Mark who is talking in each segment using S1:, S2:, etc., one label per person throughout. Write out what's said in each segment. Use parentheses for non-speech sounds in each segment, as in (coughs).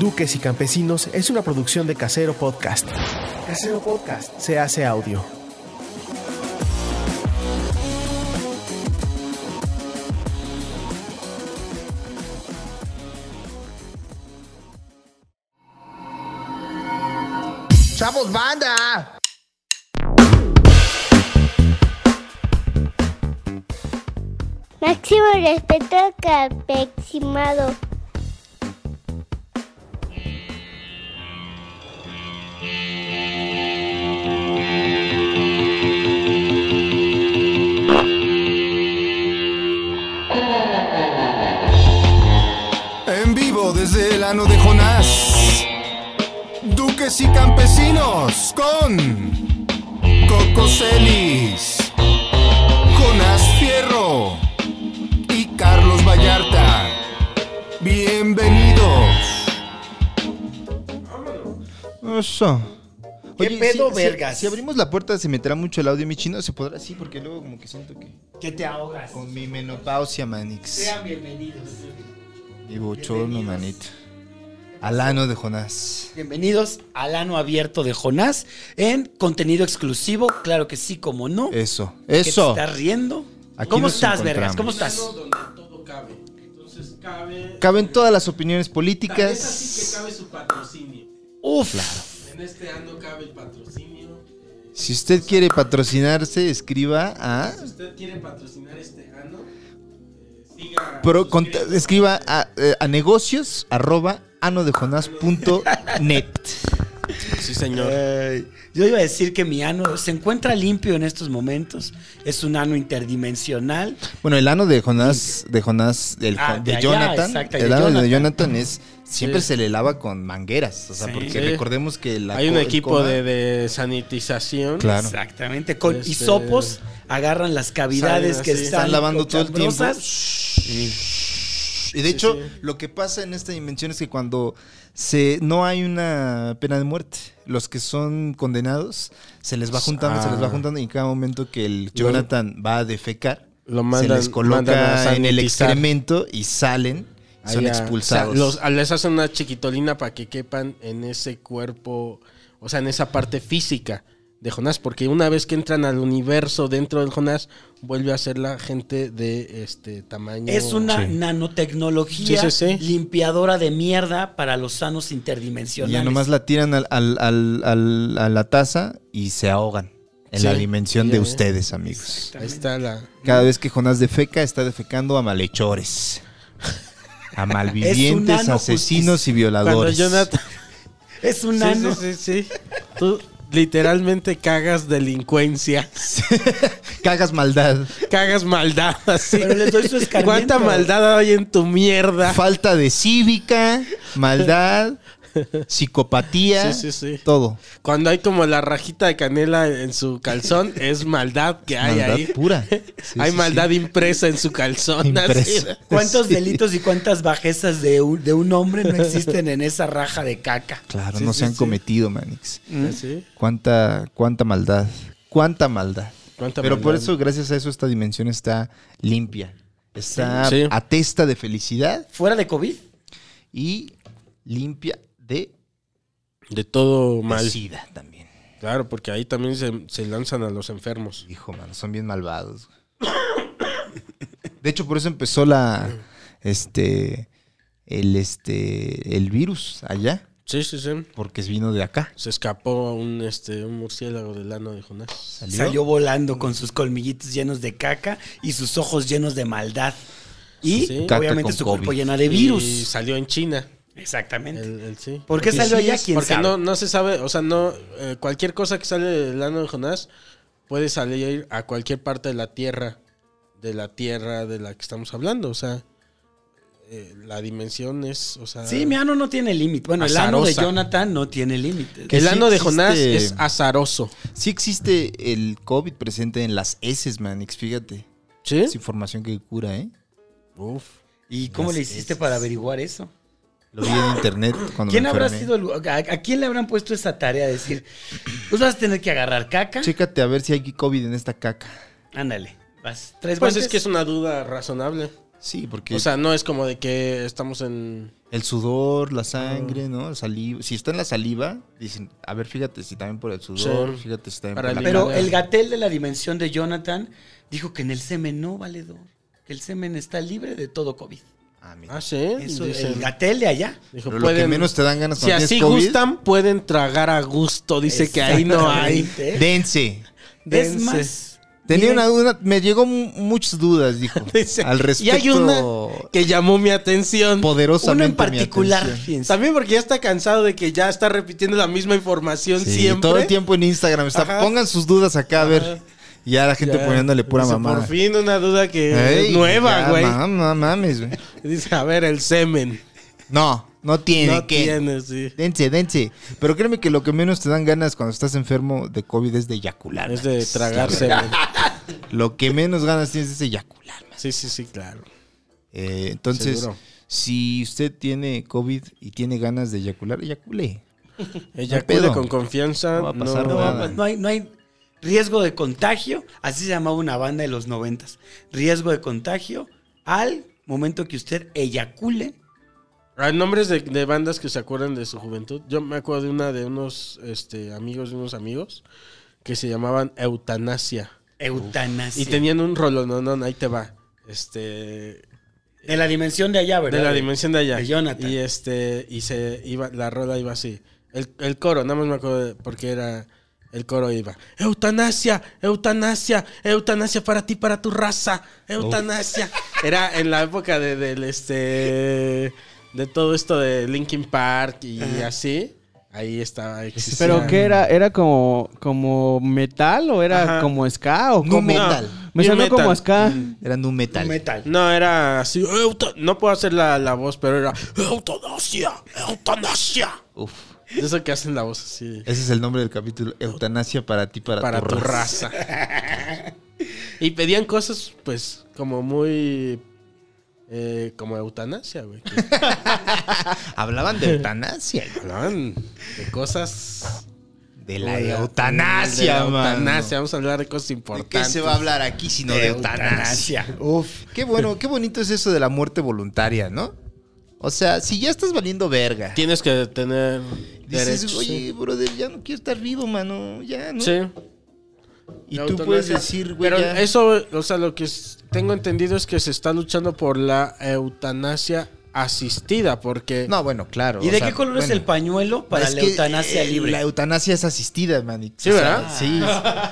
S1: Duques y Campesinos es una producción de Casero Podcast. Casero Podcast se hace audio.
S2: ¡Chavos, banda!
S3: Máximo respeto al capeximado.
S4: En vivo desde el ano de Jonás. Duques y campesinos con Coco Celis, Jonás Fierro y Carlos Vallarta. Bienvenidos. Eso.
S2: ¿Qué pedo,
S4: si,
S2: vergas?
S4: Si, si abrimos la puerta se meterá mucho el audio, mi chino. Se podrá, sí, porque luego como que siento que...
S2: ¿Qué te ahogas?
S4: Con mi menopausia, manix.
S2: bienvenidos.
S4: Y bochorno,
S2: Bienvenidos.
S4: manito. Alano de Jonás.
S5: Bienvenidos al ano abierto de Jonás en contenido exclusivo, claro que sí, como no. ¿Qué
S4: Eso,
S5: te
S4: Eh, eso.
S5: estás riendo?
S4: Aquí
S5: ¿Cómo
S4: nos
S5: estás,
S4: encontramos.
S5: vergas? ¿Cómo estás?
S6: donde todo cabe. Entonces cabe.
S4: Caben todas las opiniones
S6: Tan Es así que
S4: políticas.
S6: cabe su patrocinio.
S5: Uf,
S6: En este ano cabe el patrocinio.
S4: Si usted quiere patrocinarse, escriba a.
S6: Si usted quiere patrocinar este ano, eh, siga.
S4: pro-
S6: sus
S4: con-
S6: clientes.
S4: escriba a, eh, a negocios arroba anodejonás.net.
S6: Sí, señor.
S5: Ay, yo iba a decir que mi ano se encuentra limpio en estos momentos. Es un ano interdimensional.
S4: Bueno, el ano de Jonás, de Jonás, el
S5: Ah,
S4: Jon-
S5: de
S4: de,
S5: allá,
S4: Jonathan,
S5: exacto,
S4: el
S5: de
S4: ano de
S5: Jonathan.
S4: Jonathan es siempre
S6: Sí.
S4: se le lava con mangueras, o sea,
S5: Sí.
S4: porque
S6: Sí.
S4: recordemos que la
S6: Hay un
S4: co- el
S6: equipo
S4: coma-
S6: de, de sanitización.
S4: claro,
S5: Exactamente. Con
S6: Este-
S5: hisopos agarran las cavidades
S6: Salen
S5: que
S6: así.
S5: están,
S4: están lavando todo el tiempo.
S5: chabrosas.
S4: Y de
S6: Sí,
S4: hecho,
S6: sí.
S4: lo que pasa en esta dimensión es que cuando se no hay una pena de muerte, los que son condenados se les va juntando, se les va
S6: Ah.
S4: juntando y en cada momento que el Jonathan va a defecar,
S6: Lo mandan-
S4: se les
S6: mandan
S4: coloca
S6: a
S4: en el
S6: sanitizar.
S4: excremento y salen, y son
S6: Allá.
S4: expulsados.
S6: O sea, los- les hacen una chiquitolina para que quepan en ese cuerpo, o sea, en esa parte física de Jonás, porque una vez que entran al universo dentro del Jonás, vuelve a ser la gente de este tamaño.
S5: Es una
S4: Sí.
S5: nanotecnología
S6: Sí, sí, sí.
S5: limpiadora de mierda para los sanos
S4: y
S5: interdimensionales.
S4: ya nomás la tiran al- al- al- al- a la taza y se ahogan en la
S6: Sí,
S4: dimensión de
S6: ya, ya.
S4: ustedes, amigos.
S6: Ahí está la.
S4: Cada vez que Jonás defeca, está defecando a malhechores.
S6: (laughs)
S4: A malvivientes,
S5: ano
S4: asesinos y
S6: Cuando
S4: violadores.
S6: Jonathan.
S5: Es un
S6: Sí,
S5: nano.
S6: sí, sí, sí. Tú literalmente cagas delincuencia,
S4: Cagas
S6: (laughs)
S4: maldad,
S6: cagas maldad, así.
S5: Pero les doy su escarmiento.
S6: ¿Cuánta maldad hay en tu mierda?
S4: falta de cívica, maldad, psicopatía,
S6: Sí, sí, sí.
S4: todo.
S6: Cuando hay como la rajita de canela en su calzón, es maldad que hay
S4: maldad
S6: ahí. (laughs)
S4: pura.
S6: hay maldad impresa en su calzón.
S4: Impresa.
S6: así.
S5: ¿Cuántos
S4: Sí.
S5: delitos y cuántas bajezas de un, de un hombre no existen en esa raja de caca?
S4: Claro,
S6: Sí,
S4: no
S6: sí,
S4: se han
S6: sí.
S4: cometido, Manix.
S6: Así.
S4: Cuánta, cuánta maldad, cuánta maldad.
S6: ¿Cuánta
S4: Pero por
S6: maldad?
S4: eso, gracias a eso, esta dimensión está limpia. Está
S6: Sí.
S4: atesta de felicidad
S5: Fuera de COVID.
S4: y limpia de
S6: De todo
S4: Pues
S6: mal.
S4: sida también.
S6: Claro, porque ahí también se, se lanzan a los enfermos.
S4: Hijo, mano, son bien malvados. güey. De hecho, por eso empezó la. Este. El este. El virus allá.
S6: Sí, sí, sí.
S4: Porque vino de acá.
S6: Se escapó un, este, un murciélago del ano de Jonás.
S4: ¿Salió?
S5: Salió volando con sus colmillitos llenos de caca y sus ojos llenos de maldad. Y
S6: Sí.
S4: Caca
S5: obviamente
S4: con
S5: su cuerpo
S4: COVID.
S5: llena de
S6: Y
S5: virus.
S6: salió en China.
S5: Exactamente.
S6: El, el sí.
S5: ¿Por qué
S6: Porque
S5: salió allá?
S6: es-
S5: ¿Quién
S6: Porque
S5: sabe?
S6: No, no se sabe, o sea, no eh, cualquier cosa que sale del ano de Jonás puede salir a cualquier parte de la tierra, de la tierra de la que estamos hablando, o sea, eh, la dimensión es, o sea,
S5: Sí, mi ano no tiene límite. Bueno, el ano de
S6: Azarosa.
S5: Jonathan no tiene límite.
S4: Que
S6: el
S4: sí
S6: ano de Jonás
S4: existe-
S6: es azaroso,
S4: Sí existe el COVID presente en las heces, Manix. Fíjate.
S6: ¿sí?
S4: Es información que cura, ¿eh?
S6: ¿Eh? Uf.
S5: ¿Y cómo le hiciste para averiguar eso?
S4: Lo vi en internet cuando
S5: ¿Quién
S4: me
S5: habrá
S4: enfermé.
S5: sido el- a, a quién le habrán puesto esa tarea de decir, pues vas a tener que agarrar caca?
S4: Chécate a ver si hay COVID en esta caca.
S5: Ándale, vas. Tres
S6: Pues
S5: guantes?
S6: es que es una duda razonable.
S4: Sí, porque
S6: O sea, no es como de que estamos en...
S4: el sudor, la
S6: Ah.
S4: sangre, ¿no? Saliva. Si está en la saliva, dicen, a ver, fíjate si también por el sudor,
S6: Sí.
S4: fíjate si también
S6: Para
S4: por la...
S5: Pero
S6: Vale.
S5: el gatel de la dimensión de Jonathan dijo que en el semen no valedor, que el semen está libre de todo COVID.
S4: Ah, mira.
S6: Ah, sí.
S5: Eso,
S6: Dicen-
S5: el gatel de allá.
S6: dijo,
S4: Pero lo que
S6: pueden-
S4: menos te dan ganas
S6: Si
S4: cuando
S6: así
S4: tienes COVID,
S6: gustan, pueden tragar a gusto. Dice que ahí no hay.
S5: Exactamente.
S6: (laughs)
S4: dense.
S5: Es
S6: Dense.
S5: más,
S4: Tenía
S5: miren,
S4: una duda, me llegó mu- muchas dudas, dijo,
S6: (laughs) Dice,
S4: al
S6: Y
S4: respecto.
S6: hay una que llamó mi atención.
S4: poderosamente
S5: uno en
S4: mi
S5: particular,
S4: atención.
S5: fíjense.
S6: También porque ya está cansado de que ya está repitiendo la misma información
S4: Sí,
S6: siempre.
S4: todo el tiempo en Instagram está,
S6: Ajá.
S4: pongan sus dudas acá, a ver. Y ya la gente
S6: Ya.
S4: poniéndole pura
S6: Dice,
S4: mamada.
S6: Por fin una duda que
S4: Ey,
S6: es nueva,
S4: ya,
S6: güey.
S4: No, no mames, güey.
S6: Dice, a ver, el semen.
S4: No, no tiene
S6: No
S4: que.
S6: tiene, sí.
S4: Dense, dense. Pero créeme que lo que menos te dan ganas cuando estás enfermo de COVID es de eyacular.
S6: Es
S4: man.
S6: de tragar semen.
S4: Lo que menos ganas tienes es de eyacular. man.
S6: Sí, sí, sí, claro.
S4: Eh, entonces,
S6: Seguro.
S4: si usted tiene COVID y tiene ganas de eyacular, eyacule.
S6: Ella
S4: pedo.
S6: con confianza.
S4: No va a pasar
S5: No,
S4: nada.
S5: pues, no hay, no hay riesgo de contagio. Así se llamaba una banda de los noventas. Riesgo de contagio al momento que usted eyacule.
S6: Hay nombres de, de bandas que se acuerdan de su juventud. Yo me acuerdo de una de unos este, amigos de unos amigos que se llamaban Eutanasia.
S5: Eutanasia.
S6: Y tenían un rolononón, ahí te va. Este.
S5: De la dimensión de allá, ¿verdad?
S6: De la dimensión de allá.
S5: de Jonathan.
S6: Y este. Y se iba. La rola iba así. El, el coro, nada más me acuerdo de- porque era. El coro iba. Eutanasia, eutanasia, eutanasia para ti, para tu raza. Eutanasia. Era en la época de- del este. De todo esto de Linkin Park y así. Ahí estaba existiendo.
S7: ¿Pero qué era? ¿Era como, como metal o era
S6: Ajá.
S7: como ska? O
S4: Nu
S7: como...
S4: metal.
S7: Me
S6: New
S7: sonó
S6: metal.
S7: como ska.
S4: Era nu metal.
S5: Metal.
S6: No, era así. "Euta-". No puedo hacer la, la voz, pero era. Eutanasia, eutanasia.
S4: Uf.
S6: De Eso que hacen la voz así.
S4: Ese es el nombre del capítulo. Eutanasia para ti, para,
S6: para tu raza. y pedían cosas, pues, como muy. eh, como eutanasia, güey. que (laughs)
S4: Hablaban de eutanasia. güey.
S6: hablaban de cosas.
S4: De la
S6: como de-
S4: eutanasia,
S6: de la
S4: mano.
S6: Eutanasia, vamos a hablar de cosas
S4: ¿De
S6: importantes.
S4: qué se va a hablar aquí sino de, eutanasia? Uf, qué bueno, qué bonito es eso de la muerte voluntaria, ¿no? O sea, si ya estás valiendo verga,
S6: Tienes que tener.
S4: dices,
S6: derechos,
S4: oye,
S6: sí.
S4: brother, ya no quiero estar vivo, mano, ya, ¿no?
S6: Sí.
S4: Y
S6: La
S4: tú
S6: eutanasia.
S4: puedes decir, güey,
S6: Pero
S4: ya-
S6: eso, o sea, lo que es- tengo entendido es que se está luchando por la eutanasia asistida, porque.
S4: No, bueno, claro.
S5: ¿Y
S4: o
S5: de
S4: sea,
S5: qué color es
S4: bueno.
S5: el pañuelo para
S4: Es
S5: la
S4: que,
S5: eutanasia
S4: eh,
S5: libre?
S4: La eutanasia es asistida, man. y-
S6: Sí,
S4: o sea,
S6: ¿verdad?
S4: sí.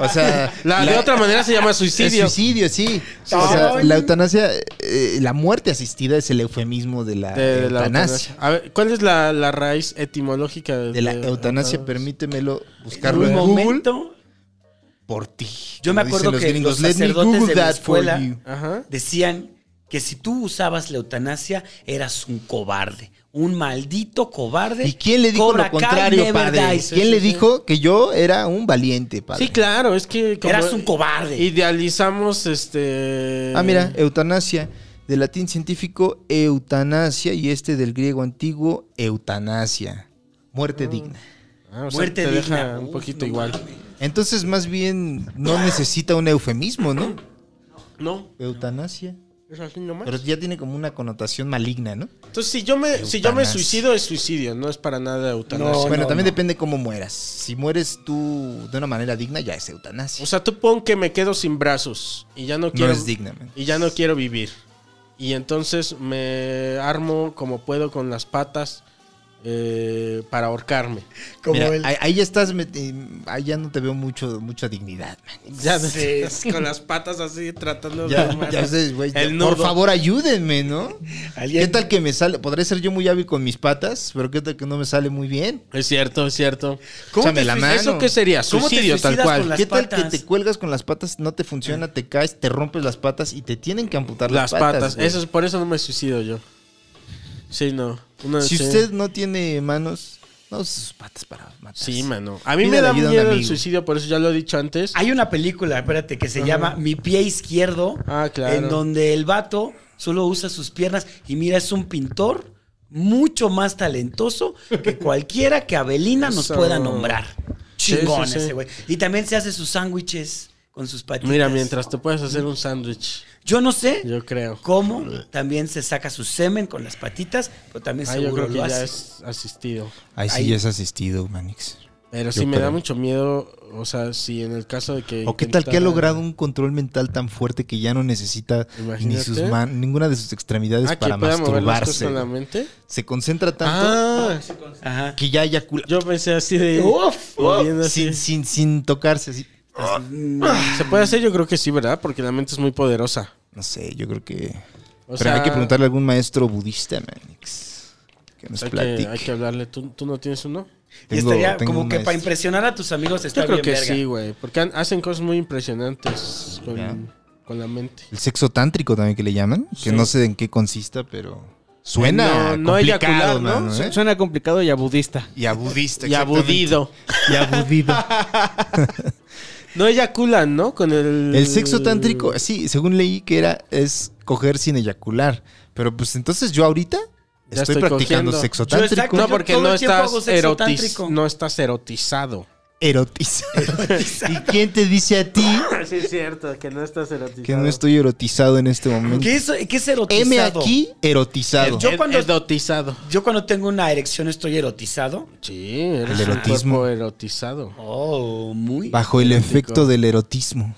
S4: O sea,
S6: La- de otra manera
S4: (laughs)
S6: se llama suicidio.
S4: El suicidio, sí. O sea, la eutanasia, eh, la muerte asistida es el eufemismo de la,
S6: De la
S4: eutanasia.
S6: eutanasia. A ver, ¿cuál es la, la raíz etimológica
S4: de la eutanasia,
S6: eutanasia?
S4: permítemelo
S5: En
S4: buscarlo
S5: un
S4: en Google
S5: momento
S4: por ti.
S5: Yo me
S4: como dicen
S5: acuerdo que los
S4: "Let me
S5: sacerdotes de mi escuela-
S6: Ajá.
S5: decían que si tú usabas la eutanasia eras un cobarde, un maldito cobarde.
S4: ¿Y quién le dijo
S5: Cobra
S4: lo
S5: Kai,
S4: contrario,
S5: never
S4: padre?
S5: dies.
S4: ¿Quién le dijo que yo era un valiente, padre?
S6: Sí, claro, es que como
S5: Eras un cobarde.
S6: Idealizamos este
S4: Ah, mira, eutanasia. Del latín científico, eutanasia, y este del griego antiguo, eutanasia. Muerte digna.
S6: Ah, o sea,
S5: Muerte
S6: te
S5: digna.
S6: deja un
S5: Uf, no
S6: poquito igual.
S5: mames.
S4: Entonces, más bien, no necesita un eufemismo, ¿no?
S6: No,
S4: Eutanasia.
S6: es así nomás.
S4: Pero ya tiene como una connotación maligna, ¿no?
S6: Entonces, si yo me si yo me
S4: Eutanasia.
S6: suicido es suicidio, no es para nada eutanasia.
S4: bueno, también depende cómo mueras. Si mueres tú de una manera digna, ya es eutanasia.
S6: O sea, tú pon que me quedo sin brazos y ya no quiero
S4: es digna, man.
S6: y ya no quiero vivir. Y entonces me armo como puedo con las patas eh, para ahorcarme.
S4: Mira, ahí, ahí ya estás, met- eh, ahí ya no te veo mucho, mucha dignidad, man.
S6: Ya con las patas así tratando de
S4: Ya,
S6: armar
S4: ya sé, güey, ya,
S6: el
S4: por
S6: nudo.
S4: favor ayúdenme, ¿no?
S5: Alguien-
S4: ¿Qué tal que me sale? Podré ser yo muy hábil con mis patas, pero ¿qué tal que no me sale muy bien?
S6: Es cierto, es cierto.
S4: ¿Cómo te suicidas?
S6: ¿Eso qué sería?
S5: ¿Cómo te
S6: Suicidio, tal
S5: suicidas
S6: cual.
S5: con las
S4: ¿Qué tal
S5: patas?
S4: que te cuelgas con las patas, no te funciona, te caes, te rompes las patas y te tienen que amputar
S6: Las
S4: Eh. las,
S6: patas.
S4: güey?
S6: Eso es, por eso no me suicido yo. Sí, no. Una-
S4: Si
S6: sí.
S4: usted no tiene manos, no use sus patas para matar.
S6: Sí, mano. A mí
S4: Pídale
S6: me da
S4: ayuda a un
S6: miedo el
S4: amigo.
S6: suicidio, por eso ya lo he dicho antes.
S5: Hay una película, espérate, que se llama Mi pie izquierdo,
S6: Ah, claro.
S5: en donde el vato solo usa sus piernas y mira, es un pintor mucho más talentoso
S6: (laughs)
S5: que cualquiera que Avelina nos
S6: Eso.
S5: pueda nombrar.
S6: Sí,
S5: Chingón
S6: sí, sí.
S5: ese güey. Y también se hace sus sándwiches con sus patitas.
S6: Mira, mientras te puedes hacer un sándwich,
S5: Yo no sé
S6: yo creo.
S5: cómo también se saca su semen con las patitas, pero también
S6: Ah, yo
S5: seguro
S6: creo que
S5: lo
S6: ya
S5: hace.
S6: es asistido.
S4: Ahí sí
S5: Ahí.
S4: ya es asistido, Manix.
S6: Pero
S4: Yo
S6: sí me da
S4: creo.
S6: mucho miedo, o sea, si en el caso de que...
S4: ¿O qué tal que ha
S6: intentara-
S4: logrado un control mental tan fuerte que ya no necesita ni
S6: Imagínate.
S4: sus man- ninguna de sus extremidades
S6: Ah, que
S4: para
S6: pueda mover las cosas
S4: masturbarse?
S6: con la mente.
S4: Se concentra tanto
S6: Ah,
S5: Ajá.
S4: que ya eyacula
S6: yo pensé así de... moviendo así. Ah.
S4: sin, sin, sin tocarse. Así.
S6: ¿Se puede hacer? Yo creo que sí, ¿verdad? Porque la mente es muy poderosa.
S4: No sé, yo creo que...
S6: O
S4: Pero
S6: sea,
S4: hay que preguntarle a algún maestro budista, Manix. Que nos
S6: Hay que,
S4: platique.
S6: hay que hablarle. ¿Tú, tú no tienes uno?
S5: y
S4: Tengo-
S5: estaría
S4: tengo
S5: como
S4: un
S5: que para
S4: maestro.
S5: impresionar a tus amigos está
S6: Yo creo
S5: bien
S6: que
S5: verga.
S6: sí, güey. Porque han- hacen cosas muy impresionantes
S4: Ya.
S6: con, con la mente.
S4: El sexo tántrico también que le llaman. Que
S6: Sí.
S4: no sé en qué consista, pero... Suena complicado,
S6: eyacular,
S4: mano,
S6: Su-
S4: ¿eh?
S7: Suena complicado y a budista.
S4: Y a budista.
S6: Y abudido.
S4: Y abudido.
S6: No eyaculan, ¿no? Con el...
S4: (laughs) El sexo tántrico, sí, según leí que era, es coger sin eyacular. Pero pues entonces yo ahorita
S6: Ya
S4: estoy,
S6: estoy
S4: practicando
S6: cogiendo.
S4: sexo
S5: Yo
S4: tántrico.
S5: exacto,
S6: No,
S5: yo
S6: porque
S5: todo el
S6: no
S5: tiempo hago
S6: estás,
S5: sexo
S6: erotiz-
S5: tántrico.
S6: no estás erotizado.
S4: Erotiza.
S5: (laughs)
S4: ¿Y quién te dice a ti
S6: (laughs) Sí, es cierto, que no estás erotizado.
S4: que no estoy erotizado en este momento?
S5: ¿Qué es, qué es erotizado?
S4: M aquí, erotizado.
S5: Yo cuando-
S6: Erotizado.
S5: Yo cuando tengo una erección estoy erotizado.
S6: Sí, eres
S4: El
S6: un
S4: erotismo.
S6: cuerpo erotizado.
S5: Oh, muy
S4: Bajo el
S6: erótico.
S4: efecto del erotismo.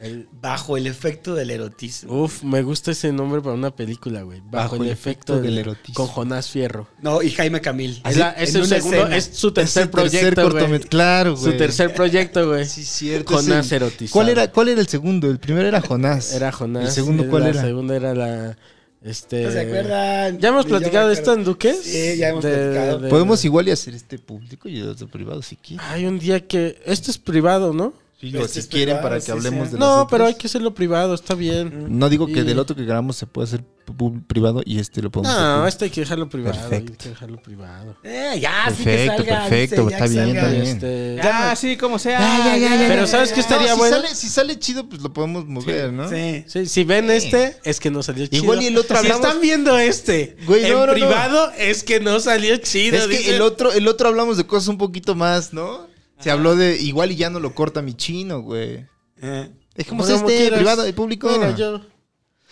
S6: El-
S5: bajo el efecto del erotismo.
S6: Uf, me gusta ese nombre para una película, güey. Bajo, el, efecto, del erotismo. Con Jonás Fierro.
S5: No, y Jaime Camil.
S6: Es, la- es
S5: En
S6: su
S5: una
S6: segundo-
S5: escena.
S6: es su tercer
S4: Es el
S6: proyecto, güey.
S4: cortomet- Claro, güey.
S6: Su tercer proyecto, güey.
S4: Sí, cierto. es
S6: Jonás
S4: el-
S6: erotizado.
S4: ¿Cuál era, ¿Cuál era el segundo? El primero era Jonás.
S6: Era Jonás.
S4: ¿El segundo
S6: eh,
S4: cuál
S6: la
S4: era?
S6: segunda era la... Este...
S5: ¿No se acuerdan?
S6: ¿Ya hemos
S5: Ni yo
S6: platicado
S5: me
S6: de esto
S5: acuerdo.
S6: en Duques?
S5: Sí, ya hemos
S6: De-
S5: platicado.
S6: de-
S4: Podemos igual y hacer este público y otro privado si quieren.
S6: Hay un día que... Esto es privado, ¿no?
S4: o
S5: este
S4: si
S5: es
S4: quieren
S5: privado,
S4: para
S5: sí,
S4: que hablemos
S5: sí.
S4: de las
S6: No,
S4: otras.
S6: pero hay que hacerlo privado, está bien.
S4: No digo que
S6: Y-
S4: del otro que grabamos se puede hacer pu- privado y este lo podemos hacer.
S6: No,
S4: público.
S6: este hay que dejarlo privado. Hay
S4: Perfecto.
S6: que dejarlo privado.
S5: Eh, ya, sí que
S4: Perfecto,
S5: salga,
S4: perfecto,
S5: dice, ya
S4: está
S5: que
S4: bien,
S5: salga.
S4: está bien.
S6: Este,
S5: Ya,
S7: Ya, Ah, sí, como sea.
S6: Pero ¿sabes qué estaría
S4: No, si
S6: bueno?
S4: Sale, si sale chido, pues lo podemos mover, ¿no?
S5: Sí.
S6: Sí, si ven
S4: Sí.
S6: este, es que no salió chido.
S4: Igual y el otro
S6: Si
S4: hablamos-
S6: están viendo este
S4: Güey,
S6: en
S4: no, no, no.
S6: privado, es que no salió chido.
S4: Es que
S6: dicen.
S4: el otro, el otro hablamos de cosas un poquito más, ¿no? Se habló de igual y ya no lo corta mi chino, güey.
S5: Eh.
S4: Dejemos
S6: Como
S4: este
S6: quieras.
S4: privado y público.
S6: Bueno, yo-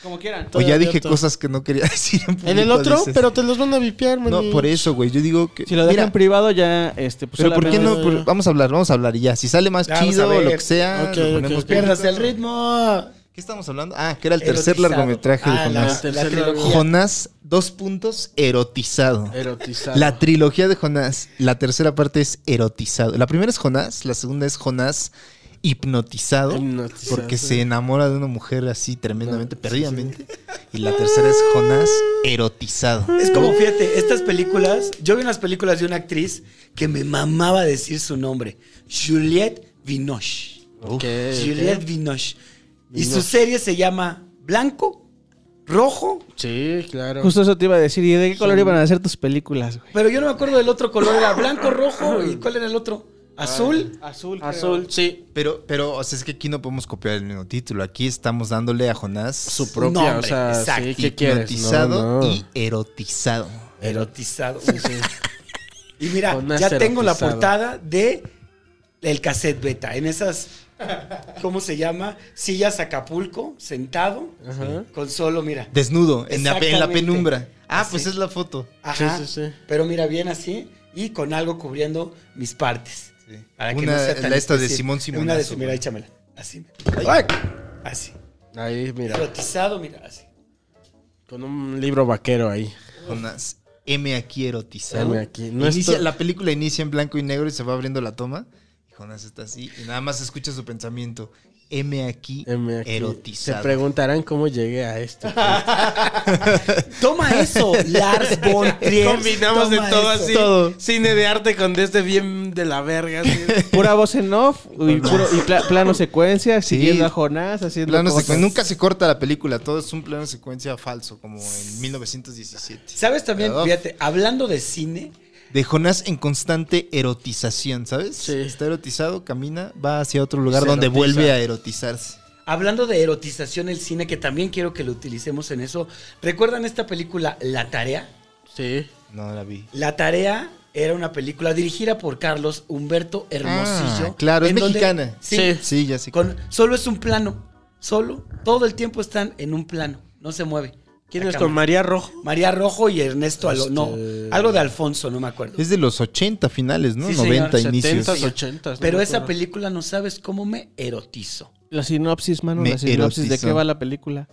S7: Como quieran.
S4: o
S6: todo
S4: ya dije
S6: abierto.
S4: cosas que no quería (laughs) decir en
S6: En el
S4: público,
S6: otro,
S4: dices.
S6: pero te los van a vipear, man.
S4: No, por eso, güey. Yo digo que.
S7: Si lo dejan
S4: Mira,
S7: en privado, ya, este, pues
S4: pero ¿por qué
S7: solamente-
S4: no? Por- vamos a hablar, vamos a hablar y ya. Si sale más
S5: Ya, vamos
S4: chido
S5: a
S4: o lo
S5: ver.
S4: que sea,
S6: Ok,
S4: lo
S6: ok,
S4: ponemos
S6: ok.
S5: Pierdas el
S4: público.
S5: ritmo.
S4: ¿Qué estamos hablando? Ah, que era el tercer
S5: Erotizado.
S4: largometraje de
S5: Ah, la-
S4: Jonás.
S5: la
S6: Tercer
S5: trilogía.
S4: Jonás, dos puntos, erotizado.
S6: Erotizado.
S4: La trilogía de Jonás, la tercera parte es erotizado. La primera es Jonás, la segunda es Jonás hipnotizado,
S6: Hipnotizado,
S4: porque
S6: sí.
S4: se enamora de una mujer así tremendamente,
S5: Ah,
S6: No, sí,
S4: perdidamente. Y la tercera es Jonás
S5: (laughs)
S4: erotizado.
S5: Es como, fíjate, estas películas, yo vi unas películas de una actriz que me mamaba decir su nombre, Juliette Binoche.
S6: Ok, ok.
S5: Juliette Binoche. Y
S6: Binoche.
S5: su serie se llama Blanco, Rojo,
S6: Sí, claro.
S7: Justo eso te iba a decir. ¿Y de qué color iban a hacer tus películas, güey?
S5: pero yo no me acuerdo del otro color, era blanco, rojo, ¿y cuál era el otro? ¿Azul?
S7: Azul.
S6: Azul, sí.
S4: Pero, pero, o sea, es que aquí no podemos copiar el mismo título. Aquí estamos dándole a Jonás
S6: Su propia,
S5: Nombre,
S6: o sea,
S5: exacto.
S6: sí, ¿qué quieres?
S4: hipnotizado
S6: No, no.
S4: y erotizado.
S5: Erotizado. (laughs) Y mira,
S6: Con
S5: ya
S6: ese
S5: tengo la
S6: erotizado.
S5: portada de el cassette beta, en esas, ¿cómo se llama? Sillas Acapulco, sentado,
S6: Ajá.
S5: con solo, mira.
S4: Desnudo, en la, en la
S5: Exactamente.
S4: penumbra. Ah, pues
S5: Así.
S4: es la foto.
S5: Ajá.
S6: Sí, sí, sí.
S5: Pero mira, bien así y con algo cubriendo mis partes. Para que
S4: Una-
S5: no sea tan
S4: la esta de
S5: específico.
S4: Simón
S5: Una de
S4: Simonazo,
S5: su, mira,
S4: güey.
S5: échamela. Así. Así.
S6: Ahí, mira.
S5: Erotizado, mira, así.
S6: Con un libro vaquero ahí.
S4: Jonás, M aquí erotizado.
S6: M aquí. No
S4: Inicia-
S6: estoy-
S4: La película inicia en blanco y negro y se va abriendo la toma. Y Jonás está así y nada más escucha su pensamiento. M aquí,
S6: M aquí. Se
S4: erotizado.
S6: preguntarán cómo llegué a esto.
S5: Toma eso, Lars von Trier.
S6: Combinamos de
S5: Toma
S6: todo
S5: eso.
S6: así.
S7: Todo.
S6: (laughs) Cine de arte con desde bien de la verga. así.
S7: Pura voz en off y, puro, y pla- plano secuencia, siguiendo a Jonás, haciendo
S4: Plano
S7: cosas.
S4: secuen- Nunca se corta la película, todo es un plano secuencia falso, como en 1917.
S5: ¿Sabes también?
S4: Uf.
S5: Fíjate, hablando de cine,
S4: De Jonás en constante erotización, ¿sabes?
S6: Sí.
S4: Está erotizado, camina, va hacia otro lugar
S6: Se
S4: donde
S6: erotiza.
S4: vuelve a erotizarse.
S5: hablando de erotización el cine, que también quiero que lo utilicemos en eso. ¿Recuerdan esta película La Tarea?
S6: Sí.
S4: No la vi.
S5: La Tarea Era una película dirigida por Carlos Humberto Hermosillo.
S4: Ah, claro, es
S5: en donde-
S4: mexicana.
S5: sí,
S4: Sí, ya sé.
S5: Con- solo es un plano. Solo, todo el tiempo están en un plano. No se mueve.
S6: ¿Quién
S5: La
S6: es con
S5: cámara.
S6: María Rojo?
S5: María Rojo y Ernesto Alonso.
S6: Este-
S5: No, algo de Alfonso, no me acuerdo.
S4: Es de los 80 finales, ¿no?
S5: Sí, señor.
S4: 90 inicios.
S6: 70s, 80s. no
S5: Pero
S6: me
S5: esa
S6: acuerdo.
S5: película no sabes cómo me erotizo.
S7: La sinopsis, mano,
S4: Me
S7: la sinopsis de
S4: erotizó.
S7: qué va la película.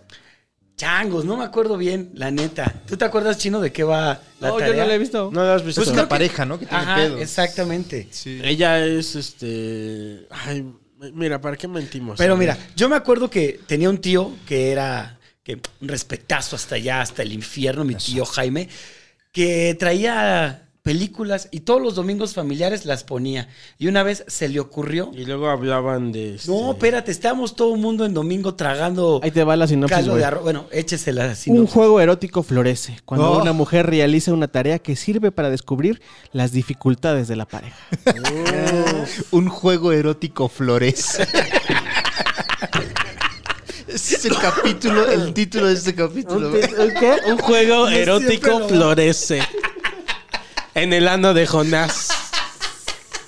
S5: Changos, no me acuerdo bien, la neta. ¿Tú te acuerdas, Chino, de qué va la
S7: no,
S5: tarea?
S7: yo no la he visto.
S6: No la has visto.
S4: Pues es
S5: creo
S4: una pareja, ¿no? Que tiene
S5: Ajá,
S4: pedos.
S5: exactamente.
S4: Sí.
S6: Ella es este. Ay, mira, ¿para qué mentimos?
S5: Pero mira, yo me acuerdo que tenía un tío que era que un respetazo hasta allá, hasta el infierno, mi tío Jaime, que traía películas y todos los domingos familiares las ponía. Y una vez se le ocurrió.
S6: Y luego hablaban de. este-
S5: No,
S6: (laughs)
S5: espérate, estábamos todo el mundo en domingo tragando
S7: Ahí te va la sinopsis,
S5: caldo
S7: pues, güey.
S5: de arroz. Bueno, échesela así.
S7: Un juego erótico florece cuando
S4: Oh.
S7: una mujer realiza una tarea que sirve para descubrir las dificultades de la pareja.
S4: Un juego erótico florece. Ese es el capítulo, el título de este capítulo. güey.
S6: Un juego
S5: Yo siempre
S6: erótico
S5: lo-
S6: florece. En el ano de Jonás.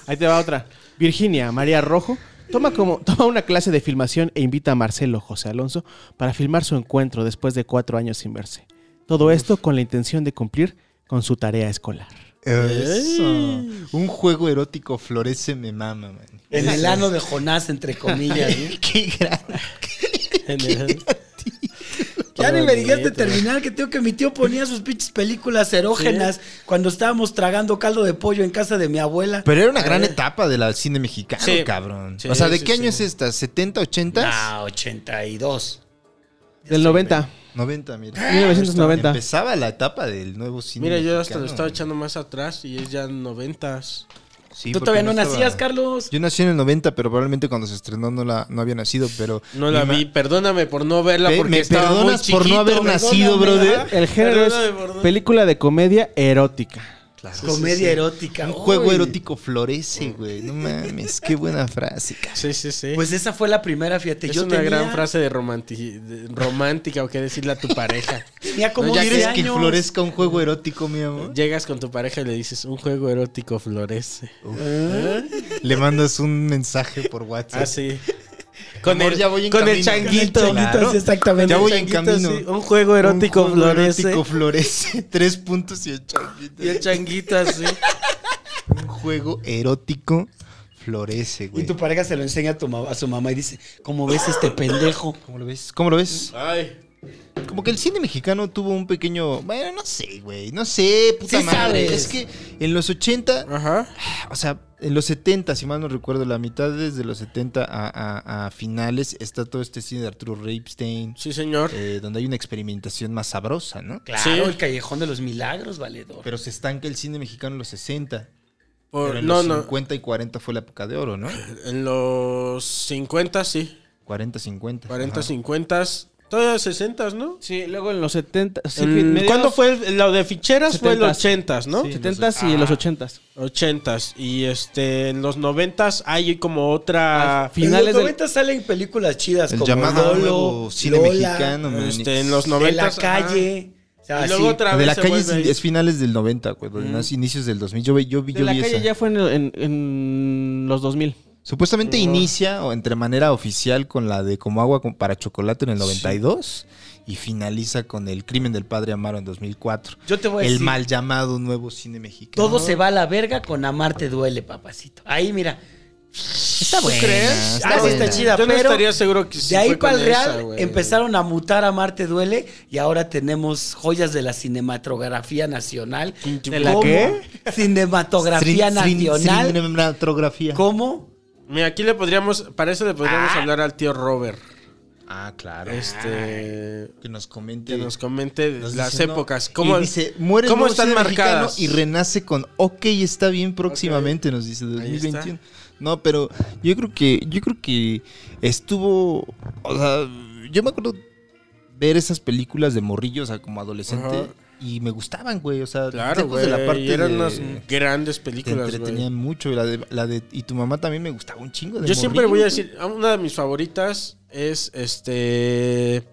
S7: Ahí te va otra. Virginia María Rojo toma, como, toma una clase de filmación e invita a Marcelo José Alonso para filmar su encuentro después de cuatro años sin verse. Todo esto con la intención de cumplir con su tarea escolar.
S4: Eso. Un juego erótico florece me mama, man.
S5: En el ano de Jonás, entre comillas. ¿eh?
S4: Qué grande.
S6: En el-
S5: Ya ni me digas de
S6: bonito.
S5: terminar que tengo que mi tío ponía sus pinches películas erógenas cuando estábamos tragando caldo de pollo en casa de mi abuela.
S4: Pero era una gran etapa del cine mexicano,
S6: Sí.
S4: cabrón.
S6: Sí,
S4: o sea, ¿de
S6: sí,
S4: qué
S6: sí.
S4: año es esta? ¿70, 80?
S5: Ah, 82.
S7: Del 90.
S4: 90, mira.
S7: 1990.
S4: Empezaba la etapa del nuevo cine.
S6: Mira, yo hasta lo
S4: mexicano.
S6: estaba echando más atrás y es ya noventas.
S4: Sí,
S5: Tú
S4: porque
S5: todavía no,
S4: estaba-
S5: nacías, Carlos.
S4: Yo nací en el 90, pero probablemente cuando se estrenó no, la, no había nacido, pero...
S6: No la
S4: mi ma-
S6: vi, perdóname por no verla
S4: Pe-
S6: porque
S4: me
S6: estaba
S4: perdonas
S6: muy
S4: por no
S6: chiquito,
S4: haber nacido,
S6: perdóname,
S4: brother.
S6: ¿verdad?
S7: El género es
S6: Perdóname por no-
S7: película de comedia erótica.
S5: Comedia erótica.
S4: Un juego
S5: Uy.
S4: erótico florece, güey. No mames, qué buena frase, cara.
S6: Sí, sí, sí.
S5: Pues esa fue la primera, fíjate.
S6: es
S5: yo
S6: una
S5: tenía,
S6: gran frase de, romanti- de- romántica o qué decirle a tu
S4: (laughs)
S6: pareja.
S5: Tenía como
S6: No, ya
S5: 11
S4: ¿Quieres que
S5: años.
S4: florezca un juego erótico, mi amor?
S6: Llegas con tu pareja y le dices, un juego erótico florece.
S4: Le mandas un mensaje por WhatsApp. (laughs)
S6: Ah, sí. Con,
S4: Amor,
S6: el,
S4: ya voy en
S6: con el
S4: camino.
S6: changuito.
S4: Con el changuito, sí,
S6: exactamente.
S4: Ya voy en camino.
S6: Un juego erótico
S4: Un juego
S6: florece.
S4: erótico florece. (laughs) Tres puntos y el changuito.
S6: Y el changuito así.
S4: (laughs) Un juego erótico florece,
S5: Y
S4: güey.
S5: tu pareja se lo enseña a, tu ma- a su mamá y dice, ¿cómo ves este pendejo?
S4: ¿Cómo lo ves? ¿Cómo lo ves?
S6: Ay.
S4: Como que el cine mexicano tuvo un pequeño... Bueno, no sé, güey. No sé, puta
S5: Sí
S4: madre.
S5: sabes.
S4: Es que en los 80...
S6: Ajá.
S4: O sea, en los 70, si mal no recuerdo, la mitad desde los 70 a, a- a finales está todo este cine de Arturo Ripstein,
S6: Sí, señor.
S4: eh, donde hay una experimentación más sabrosa, ¿no?
S5: Claro,
S6: Sí.
S5: el callejón de los milagros, valedor.
S4: Pero se estanca el cine mexicano en los 60.
S6: Por-
S4: pero en
S6: no,
S4: los
S6: no.
S4: 50 y 40 fue la época de oro, ¿no?
S6: En los 50, sí.
S4: 40, 50.
S6: 40,
S4: ajá.
S6: 50. Todavía 60, ¿no?
S7: Sí, luego en los 70. Sí,
S6: En- Mm, ¿Cuándo fue el- lo de ficheras? Fue en los
S7: 70s.
S6: 80, ¿no?
S7: 70s y en los Ah. 80s.
S6: 80s. Y este, en los 90s hay como otra.
S7: Finales
S5: en los
S7: del
S5: 90 salen películas chidas
S4: El
S5: como
S4: llamado
S5: Lolo,
S4: nuevo cine
S5: Lola,
S4: mexicano, man.
S6: este, en los
S5: De
S6: 90
S5: la calle. O sea,
S6: Y luego
S5: sí.
S6: otra
S4: de
S6: vez.
S4: ah, la
S6: se
S4: calle es,
S6: vuelve ahí.
S4: es finales del 90, güey, pero es inicios del 2000. Yo, vi- yo, vi-
S7: De
S4: yo
S7: la
S4: vi
S7: calle
S4: esa.
S7: ya fue en, en- en los 2000.
S4: Supuestamente inicia o entre manera oficial con la de Como agua con- para chocolate en el 92 y finaliza con El crimen del padre Amaro en 2004.
S5: Yo te voy a
S4: el
S5: decir.
S4: mal llamado nuevo cine mexicano.
S5: Todo se va a la verga con amarte duele, papacito. Ahí, mira. Está
S4: buena,
S5: ¿Crees?
S4: está
S5: Ah, sí
S4: buena.
S5: está chida,
S6: Yo no
S5: pero
S6: estaría seguro que sí
S5: de ahí
S6: fue
S5: para
S6: con
S5: el Real
S6: esa, güey.
S5: empezaron a mutar Amarte Duele y ahora tenemos joyas de la cinematografía nacional.
S6: ¿De
S7: la
S5: Como
S7: qué?
S5: Cinematografía nacional.
S4: Cinematografía.
S5: ¿Cómo?
S6: Mira, aquí le podríamos. Para eso le podríamos hablar al tío Robert.
S4: Ah, claro.
S6: Este.
S4: que nos comente.
S6: Que nos comente
S4: nos
S6: las
S4: dice, ¿no?
S6: épocas. ¿Cómo,
S4: y dice, muere el
S6: cómo
S4: nuevo
S6: están
S4: cine mexicano
S6: marcadas?
S4: Y renace con Ok, está bien próximamente, nos dice
S6: Ahí está.
S4: 2021. No, pero yo creo que, yo creo que estuvo. O sea, yo me acuerdo ver esas películas de morrillos o sea, como adolescente.
S6: Ajá.
S4: Y me gustaban, güey. O sea,
S6: Claro,
S4: lejos
S6: güey.
S4: de la parte
S6: y eran
S4: de-
S6: unas grandes
S4: te
S6: películas, güey.
S4: entretenían mucho. y La de, la de, y tu mamá también me gustaba un chingo. De
S6: Yo siempre
S4: morrillo,
S6: voy a
S4: güey.
S6: decir, una de mis favoritas es este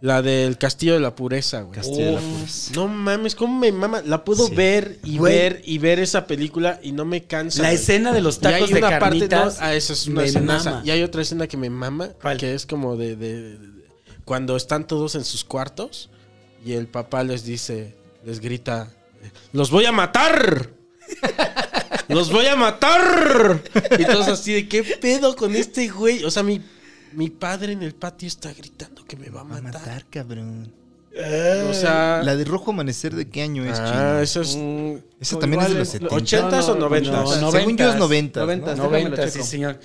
S6: La del Castillo de la Pureza, güey.
S4: Castillo de la
S6: Uf,
S4: Pureza.
S6: No mames, cómo me mama. La puedo
S4: Sí.
S6: ver y
S5: Güey.
S6: ver y ver esa película y no me cansa.
S5: La
S6: güey.
S5: escena de los
S6: Y hay
S5: tacos de
S6: una parte,
S5: carnitas.
S6: no, ah, esa es una
S5: me
S6: escenaza.
S5: mama.
S6: Y hay otra escena que me mama,
S5: ¿Cuál?
S6: que es como de, de- de- cuando están todos en sus cuartos y el papá les dice, les grita, los voy a matar. Los voy a matar. Y todos así de qué pedo con este güey. O sea, mi, mi padre en el patio está gritando que me va a
S4: Va a
S6: matar.
S4: matar, cabrón.
S6: O sea,
S4: La de Rojo Amanecer, ¿de qué año es,
S6: ah,
S4: chino?
S6: eso
S7: Mm,
S6: es
S4: Esa también es de los 70.
S6: ¿Ochentas o noventas?
S5: no, no.
S4: Según yo es 90.
S7: 90,
S4: ¿no?
S7: déjame lo
S5: 90, sí,
S7: checo.
S5: señor.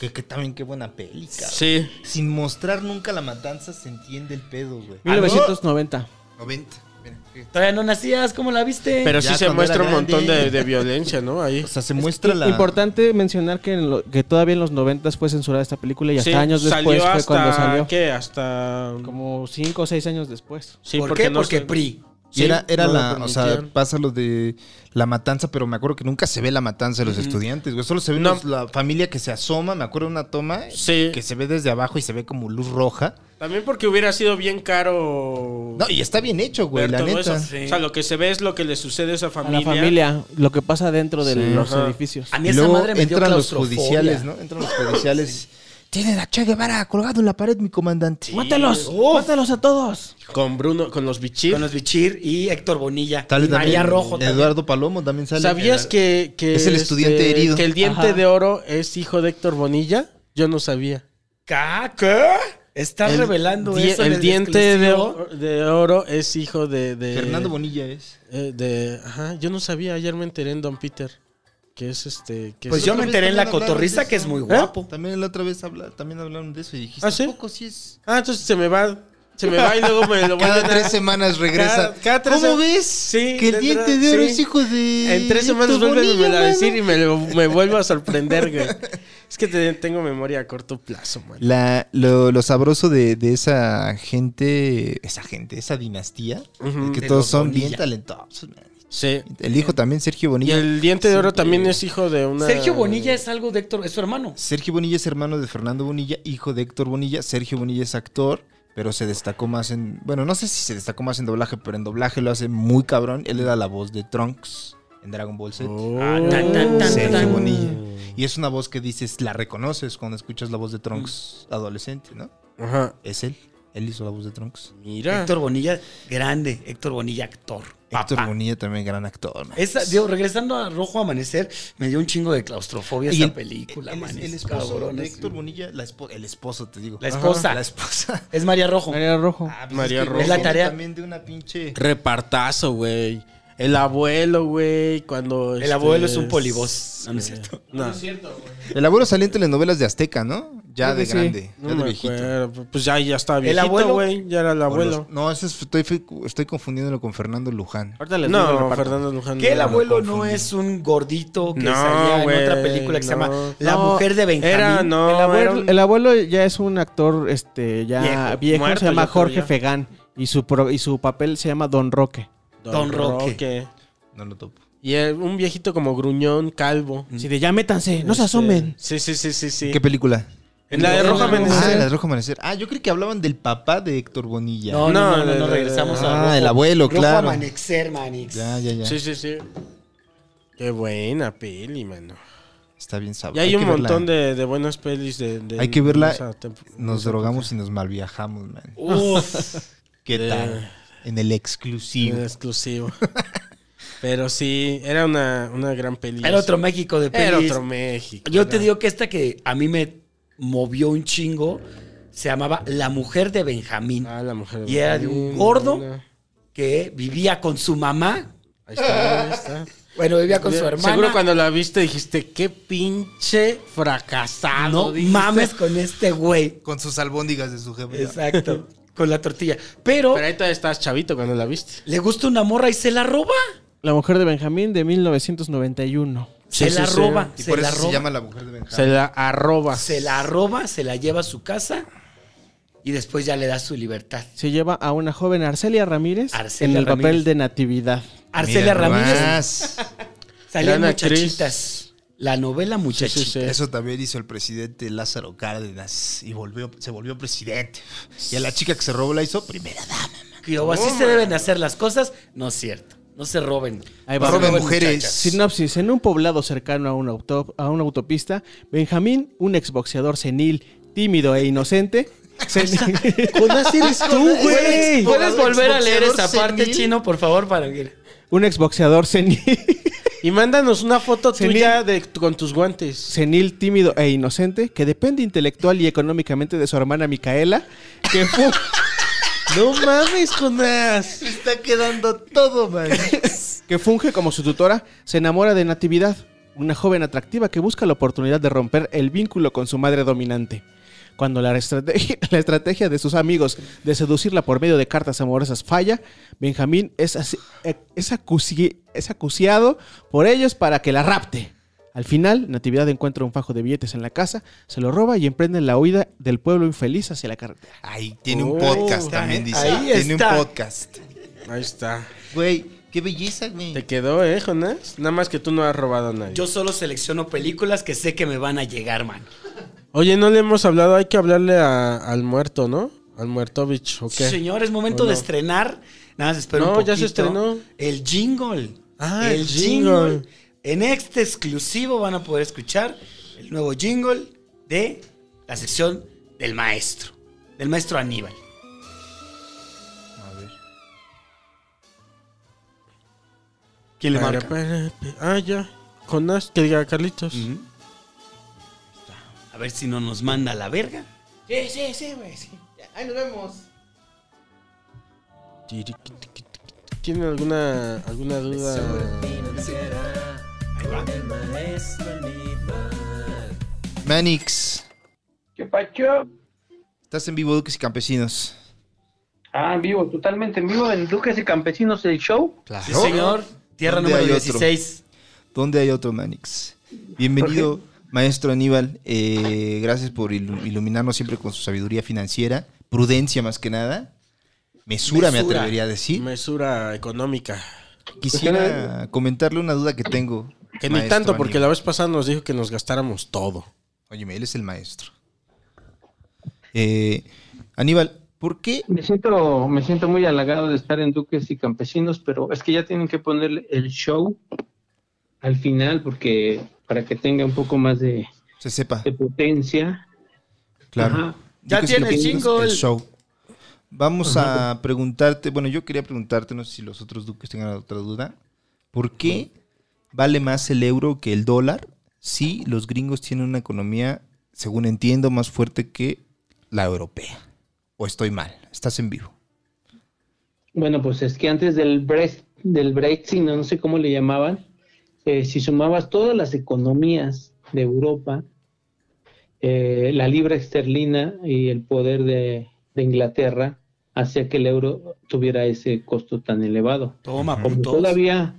S4: Que, que también qué buena peli, cabrón.
S6: sí.
S4: Sin mostrar nunca la matanza se entiende el pedo, güey.
S5: Ah,
S4: Ah,
S7: 1990.
S4: 90. mira, fíjate.
S5: Todavía no nacías, ¿cómo la viste?
S6: Pero sí
S4: Ya
S6: se
S4: cuando
S6: muestra
S4: era
S6: un montón
S4: grande.
S6: de, de violencia, ¿no? Ahí.
S4: (laughs) O sea, se muestra la...
S7: Importante mencionar que, en lo- que todavía en los 90 fue censurada esta película y hasta
S6: Sí,
S7: años después fue
S6: hasta,
S7: cuando salió.
S6: ¿Qué? Hasta.
S7: Como 5 o 6 años después.
S6: Sí,
S5: ¿Por qué?
S6: no
S5: Porque
S6: se-
S5: PRI.
S4: Y era,
S6: Sí,
S4: era
S6: no lo
S4: la... O sea,
S6: permitían.
S4: pasa lo de la matanza, pero me acuerdo que nunca se ve la matanza de los estudiantes, güey. Solo se ve
S6: No.
S4: los- la familia que se asoma. Me acuerdo de una toma
S6: Sí.
S4: que se ve desde abajo y se ve como luz roja.
S6: También porque hubiera sido bien caro.
S4: No, y está bien hecho, güey,
S6: ver
S4: la
S6: todo
S4: neta.
S6: eso. O sea, lo que se ve es lo que le sucede a esa
S7: A
S6: familia.
S7: la familia, lo que pasa dentro de
S6: Sí,
S7: los
S6: ajá.
S7: edificios.
S5: A mí
S4: Y
S5: esa
S4: luego
S5: madre me dio
S4: entran los
S5: claustrofobia.
S4: judiciales, ¿no? Entran los judiciales. Tienen a Che Guevara colgado en la pared, mi comandante.
S7: ¡Mátalos! ¡Mátalos a todos!
S6: Con Bruno, con los bichir.
S5: Con los Bichir y Héctor Bonilla.
S4: Tal
S5: y
S4: vez
S5: María
S4: también
S5: Rojo. también.
S4: Eduardo Palomo también sale.
S6: ¿Sabías que, que este,
S4: Es el estudiante herido.
S6: Que el diente
S7: Ajá.
S6: de oro es hijo de Héctor Bonilla? Yo no sabía.
S5: ¿Ca- ¿Qué? Estás
S6: El
S5: revelando
S6: die-
S5: eso. en
S6: El, diente de
S5: exclusivo?
S6: oro, de oro es hijo de. de-
S4: Fernando Bonilla es.
S6: eh, de- ajá, yo no sabía. Ayer me enteré en Don Peter. Que es este. Que
S5: Pues
S6: es-
S5: yo me
S4: Otra vez
S5: enteré en la
S4: también hablaron de
S5: cotorriza
S4: eso. ¿Eh?
S5: que es muy guapo.
S4: También la otra vez habla- también hablaron de eso y dijiste,
S6: ¿Ah, sí?
S4: "¿A poco sí es?
S6: Ah, entonces se me va. Se me va y luego me
S4: (laughs)
S6: lo
S4: Cada
S6: vuelven a-
S4: tres semanas regresa.
S6: Cada- cada tres
S4: ¿Cómo
S6: se-
S4: ves?
S6: Sí,
S4: que el
S6: de
S4: diente
S6: verdad,
S4: de oro
S6: sí.
S4: es hijo de.
S6: En tres semanas
S4: Héctor
S6: vuelven
S4: Bonilla,
S6: a
S4: mano.
S6: decir y me, lo- me vuelvo a sorprender, güey. Es que te- tengo memoria a corto plazo, man.
S4: La- lo, lo sabroso de, de esa gente, esa gente, esa dinastía,
S6: Ujú.
S4: es que
S5: De
S4: todos
S5: los
S4: son
S5: Bonilla.
S4: bien talentosos. man.
S6: Sí.
S4: El hijo también, Sergio
S6: Y
S4: Bonilla.
S6: el diente de oro también es hijo de una.
S5: Sergio Bonilla es algo de Héctor, es su hermano.
S4: Sergio Bonilla es hermano de Fernando Bonilla, hijo de Héctor Bonilla. Sergio Bonilla es actor, pero se destacó más en. Bueno, no sé si se destacó más en doblaje, pero en doblaje lo hace muy cabrón. Él era la voz de Trunks en Dragon Ball Z.
S6: Oh.
S5: Ah, tan, tan, tan,
S4: Sergio
S5: tan.
S4: Bonilla. Y es una voz que dices, la reconoces cuando escuchas la voz de Trunks adolescente, ¿no?
S6: Ajá.
S4: Es él. Él hizo la voz de Trunks.
S6: Mira.
S5: Héctor Bonilla, grande. Héctor Bonilla, actor.
S4: Héctor
S5: papá.
S4: Bonilla también gran actor. man.
S5: Esa, digo, regresando a Rojo Amanecer, me dio un chingo de claustrofobia
S4: Y
S5: esa
S4: el-
S5: película,
S4: él es-
S5: man.
S4: el,
S5: es
S4: esposo
S5: cabrón,
S4: de
S5: es-
S4: Héctor Bonilla, la espo- el esposo, te digo.
S5: La esposa.
S4: Ajá, La (laughs) esposa.
S5: Es María Rojo.
S7: María Rojo.
S4: Ah,
S6: pues María
S4: que
S6: Rojo.
S5: pues, Es la tarea.
S4: También de una pinche.
S6: Repartazo, güey. El abuelo, güey. Cuando. este,
S5: El abuelo es un polivoz. No, no es cierto.
S6: No,
S4: El abuelo salió en telenovelas de Azteca, ¿no? Ya
S7: Creo que
S4: de
S7: sí.
S4: grande,
S6: no
S4: ya de
S6: me
S4: viejito.
S6: acuerdo. Pues ya, ya estaba viejito,
S5: abuelo?
S6: güey. Ya era el
S4: O los-
S6: abuelo. Ah.
S4: no, ese es- estoy, estoy confundiéndolo con Fernando Luján.
S7: Ahorita les digo el
S6: No,
S7: reparto.
S6: Fernando Luján.
S5: Que el
S6: no.
S5: abuelo no es un gordito que
S6: No,
S5: salía en otra
S6: güey,
S5: película que se
S6: no.
S5: llama La
S7: No,
S5: Mujer de Benjamín.
S6: Era, no.
S7: el,
S6: era
S7: abuelo,
S6: un-
S7: el abuelo ya es un actor este ya
S5: Viejo,
S7: viejo,
S6: muerto,
S7: se llama
S6: yo creo
S7: Jorge
S6: ya.
S7: Fegán y su pro- y su papel se llama Don Roque.
S5: Don Roque.
S4: No lo topo.
S6: Y el- un viejito como gruñón, calvo.
S7: Así de ya métanse, no se
S6: Mm. Este,
S7: asomen.
S6: Sí, sí, sí, sí, sí.
S4: ¿Qué película?
S6: En la de
S5: Ah,
S6: Roja
S4: Ah,
S6: Amanecer.
S4: la de Rojo Amanecer. Ah, yo creí que hablaban del papá de Héctor Bonilla.
S5: Oh, No, no, no, no,
S6: No,
S5: no,
S6: de- de-
S5: regresamos a
S4: ah,
S5: Rojo-
S4: el abuelo, claro.
S5: Rojo Amanecer, manix.
S4: Ya, ya, ya.
S6: Sí, sí, sí. Qué buena peli, mano.
S4: Está bien
S6: Y
S4: sabroso.
S6: hay,
S4: que
S6: un
S4: verla.
S6: montón de, de buenas pelis de, de-
S4: Hay que verla.
S6: de esa tempo- de
S4: Nos
S6: esa
S4: drogamos y nos malviajamos, man.
S5: Uf.
S4: ¿Qué
S6: Eh.
S4: tal? En el exclusivo.
S6: época. exclusivo. (laughs) Pero sí, era una, una gran peli.
S5: Era otro México de
S6: Era
S5: pelis.
S6: otro México.
S5: Yo te
S6: era-
S5: digo que esta que a mí me movió un chingo se llamaba La Mujer de Benjamín,
S6: Ah, la mujer.
S5: Y era de un
S6: Benjamín,
S5: gordo.
S6: mira.
S5: que vivía con su mamá.
S6: Ahí está, ahí está.
S5: Bueno, vivía con
S6: De-
S5: su hermana.
S6: Seguro cuando la viste dijiste, qué pinche fracasado.
S5: No
S6: dijiste.
S5: mames con este güey.
S4: Con sus albóndigas de su jefe.
S5: Exacto. con la tortilla. Pero
S6: Pero ahí todavía estabas chavito cuando la viste.
S5: le gusta una morra y se la roba.
S7: La mujer de Benjamín de 1991.
S5: se la roba.
S4: Y
S5: Se
S4: por
S5: la
S4: eso
S5: roba.
S4: se llama la mujer de Benjamín.
S6: Se la arroba.
S5: Se la roba, se la lleva a su casa y después ya le da su libertad.
S7: Se lleva a una joven Arcelia Ramírez
S5: Arcelia
S7: en el
S5: Ramírez.
S7: papel de Natividad.
S5: Arcelia
S4: Mira
S5: Ramírez
S4: nomás.
S5: salían
S6: Gran actriz.
S5: muchachitas. La novela muchachita.
S6: sí, sí.
S4: Eso también hizo el presidente Lázaro Cárdenas y volvió, se volvió presidente. Y a la chica que se robó la hizo primera dama.
S5: Que
S6: Oh,
S5: o así se deben hacer las cosas, no es cierto. No se roben.
S7: Ahí
S5: No
S7: va.
S5: se
S4: Roben mujeres.
S5: muchachas.
S7: Sinopsis. En un poblado cercano a una, auto- a una autopista, Benjamín, un exboxeador senil, tímido e
S6: (laughs)
S7: inocente, se,
S4: Jonás eres tú,
S5: Güey, ¿Puedes volver a leer esa
S4: Exboxeador
S5: parte,
S4: senil.
S5: chino, por favor? Para que-
S7: un exboxeador senil,
S6: Y mándanos una foto
S7: Senil.
S6: tuya de, con tus guantes.
S7: (laughs) senil, tímido e inocente, que depende intelectual y económicamente de su hermana Micaela, que fue...
S6: No mames, Jonás.
S4: Se está quedando todo, man.
S7: que funge como su tutora, se enamora de Natividad, una joven atractiva que busca la oportunidad de romper el vínculo con su madre dominante. Cuando la estrategia, (laughs) la estrategia de sus amigos de seducirla por medio de cartas amorosas falla, Benjamín es, asi- eh, es, acusi- es acuciado por ellos para que la rapte. Al final, Natividad encuentra un fajo de billetes en la casa, se lo roba y emprende la huida del pueblo infeliz hacia la carretera.
S4: Ahí tiene
S6: Oh,
S4: un podcast también, dice.
S5: ahí
S4: tiene
S5: está.
S4: un podcast.
S6: Ahí está.
S4: Güey, qué belleza, güey.
S6: Te quedó, ¿eh, Jonás? Nada más que tú no has robado a nadie.
S5: Yo solo selecciono películas que sé que me van a llegar, mano.
S6: Oye, no le hemos hablado, hay que hablarle a- al muerto, ¿no? Al muertovich, ¿ok?
S5: Sí, señor, es momento
S6: ¿O
S5: de
S6: no?
S5: estrenar. Nada más espero un
S6: No, ya se
S5: poquito.
S6: estrenó.
S5: El jingle.
S6: Ah,
S5: el
S6: el
S5: jingle.
S6: jingle.
S5: En este exclusivo van a poder escuchar el nuevo jingle de la sección del maestro. Del maestro Aníbal.
S4: A ver.
S5: ¿Quién le
S6: Para,
S5: marca?
S6: para, pa- Ah, ya. Jonás, que diga Carlitos.
S5: Ujú. A ver si no nos manda a la verga.
S7: Sí, sí, sí, güey. Ahí nos vemos.
S6: ¿Tiene alguna, alguna duda?
S4: Manix,
S8: ¿Qué pacho?
S4: estás en vivo, Duques y Campesinos.
S8: Ah, en vivo, totalmente en vivo en Duques y Campesinos el show.
S4: Claro.
S5: Sí, señor. Tierra
S4: ¿Dónde
S5: número
S4: hay otro?
S5: 16.
S4: ¿Dónde hay otro Manix? Bienvenido, maestro Aníbal. Eh, gracias por ilu- iluminarnos siempre con su sabiduría financiera, prudencia más que nada. Mesura, me
S5: Mesura.
S4: atrevería a decir.
S6: Mesura económica.
S4: Quisiera comentarle una duda que tengo.
S6: Pues, Que ni
S4: maestro
S6: tanto, porque la
S4: Aníbal.
S6: vez pasada nos dijo que nos gastáramos todo.
S4: Óyeme, él es el maestro. Eh, Aníbal, ¿por qué?
S8: Me siento, me siento muy halagado de estar en Duques y Campesinos, pero es que ya tienen que ponerle el show al final porque para que tenga un poco más de,
S4: Se sepa,
S8: de potencia.
S4: claro.
S8: Eh, Ajá.
S5: Ya
S4: Duques y
S5: tiene el
S4: Campesinos,
S5: jingle.
S4: el show. Vamos a preguntarte, bueno, yo quería preguntarte, no sé si los otros duques tengan otra duda, ¿por qué vale más el euro que el dólar si los gringos tienen una economía, según entiendo, más fuerte que la europea? ¿O estoy mal? Estás en vivo.
S8: Bueno, pues es que antes del Brexit, del Brexit, no sé cómo le llamaban, eh, si sumabas todas las economías de Europa, eh, la libra esterlina y el poder de, de Inglaterra hacía que el euro tuviera ese costo tan elevado.
S5: Toma,
S8: Como
S5: putos.
S8: todavía,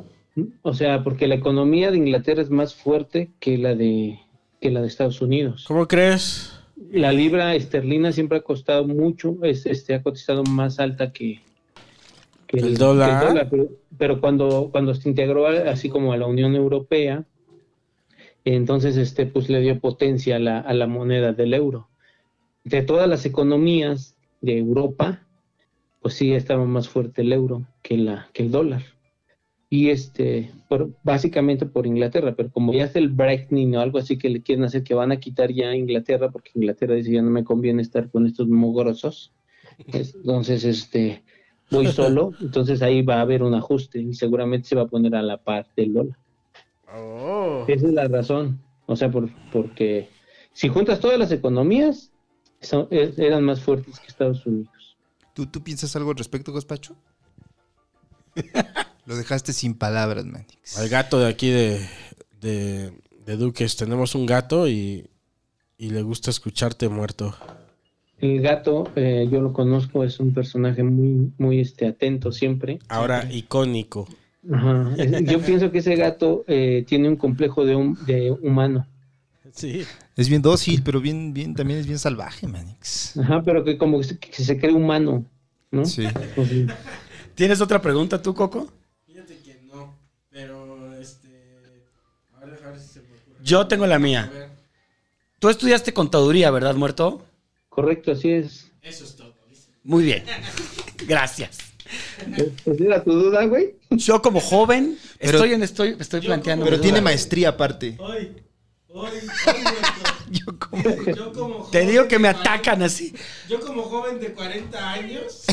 S8: o sea, porque la economía de Inglaterra es más fuerte que la de que la de Estados Unidos.
S6: ¿Cómo crees?
S8: La libra esterlina siempre ha costado mucho, es, este, ha cotizado más alta que, que
S6: ¿El dólar?
S8: pero, pero cuando, cuando se integró a- así como a la Unión Europea, entonces este, pues le dio potencia a la, a la moneda del euro. De todas las economías de Europa, pues sí estaba más fuerte el euro que, la, que el dólar. Y este, por, básicamente por Inglaterra, pero como ya es el Brexit o algo así que le quieren hacer que van a quitar ya a Inglaterra, porque Inglaterra dice ya no me conviene estar con estos mugrosos, Pues, entonces este, voy solo, entonces ahí va a haber un ajuste y seguramente se va a poner a la par del dólar. Esa es la razón, o sea, por, porque si juntas todas las economías, son- e- eran más fuertes que Estados Unidos.
S4: ¿Tú, tú piensas algo al respecto, Gazpacho? (laughs) Lo dejaste sin palabras, Manix.
S6: Al gato de aquí de, de, de Duques. Tenemos un gato y, y le gusta escucharte muerto.
S8: El gato, eh, yo lo conozco, es un personaje muy, muy este, atento siempre.
S6: Ahora icónico.
S8: Ajá. Es- (laughs) Yo pienso que ese gato eh, tiene un complejo de, un, de humano.
S6: Sí.
S4: Es bien dócil, pero bien, bien, también es bien salvaje, Manix.
S8: Ajá, pero que como que se, que se cree humano, ¿no? Pues
S4: Sí.
S8: O sea,
S5: ¿Tienes otra pregunta tú, Coco?
S6: Fíjate que no, pero este.
S5: Yo tengo la mía. Tú estudiaste contaduría, ¿verdad, muerto?
S8: Correcto, así es.
S5: Muy bien. Gracias.
S8: ¿Esa era tu duda, güey?
S5: Yo como joven
S4: Pero-
S5: estoy en estoy estoy planteando
S4: Pero
S5: mi
S4: tiene
S5: duda.
S4: maestría aparte.
S2: Hoy, hoy, hoy, Beto,
S4: Yo como-
S2: yo como
S5: Te
S2: joven
S5: digo que me
S2: de cuaren-
S5: atacan así
S2: Yo como joven de 40 años,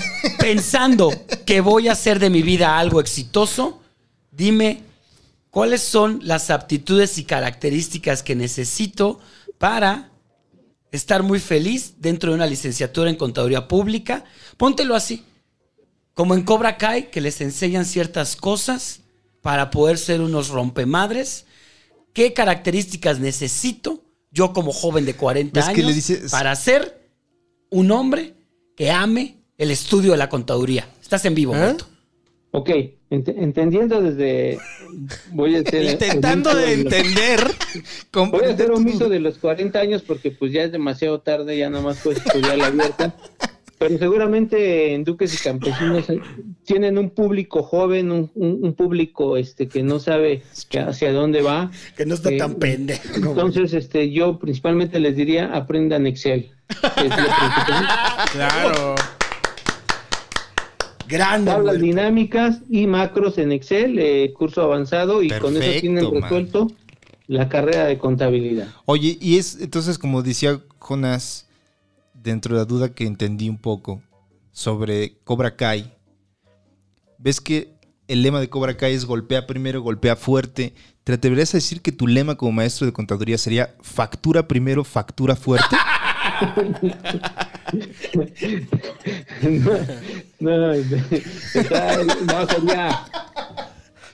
S5: pensando que voy a hacer de mi vida algo exitoso. Dime cuáles son las aptitudes y características que necesito para estar muy feliz dentro de una licenciatura en contaduría pública. Póntelo así. Como en Cobra Kai, que les enseñan ciertas cosas para poder ser unos rompemadres. ¿Qué características necesito yo como joven de 40
S4: Es que
S5: años
S4: le dices-
S5: para ser un hombre que ame el estudio de la contaduría? Estás en vivo,
S6: ¿Eh?
S5: Beto.
S8: Ok, ent- entendiendo desde...
S4: (laughs)
S8: Voy a hacer-
S4: Intentando de entender.
S8: Voy a
S4: comprender
S8: hacer
S4: tu-
S8: omiso de los 40 años porque pues ya es demasiado tarde, ya nada más puedes estudiar la abierta. Pero seguramente en Duques y Campesinos eh, tienen un público joven, un, un- un público este que no sabe que- hacia dónde va.
S5: Que no
S8: está tan Entonces, este, yo principalmente les diría, aprendan Excel. que es lo principal.
S6: Claro.
S5: Grande.
S8: Tablas
S5: güey.
S8: dinámicas y macros en Excel, eh, curso avanzado, y con eso
S4: Perfecto,
S8: tienen
S4: man.
S8: resuelto la carrera de contabilidad.
S4: Oye, y es entonces como decía Jonas, dentro de la duda que entendí un poco sobre Cobra Kai, ves que el lema de Cobra Kai es golpea primero, golpea fuerte. ¿Te atreverías a decir que tu lema como maestro de contaduría sería factura primero, factura fuerte?
S8: No, no, está- no, sería-
S6: (laughs)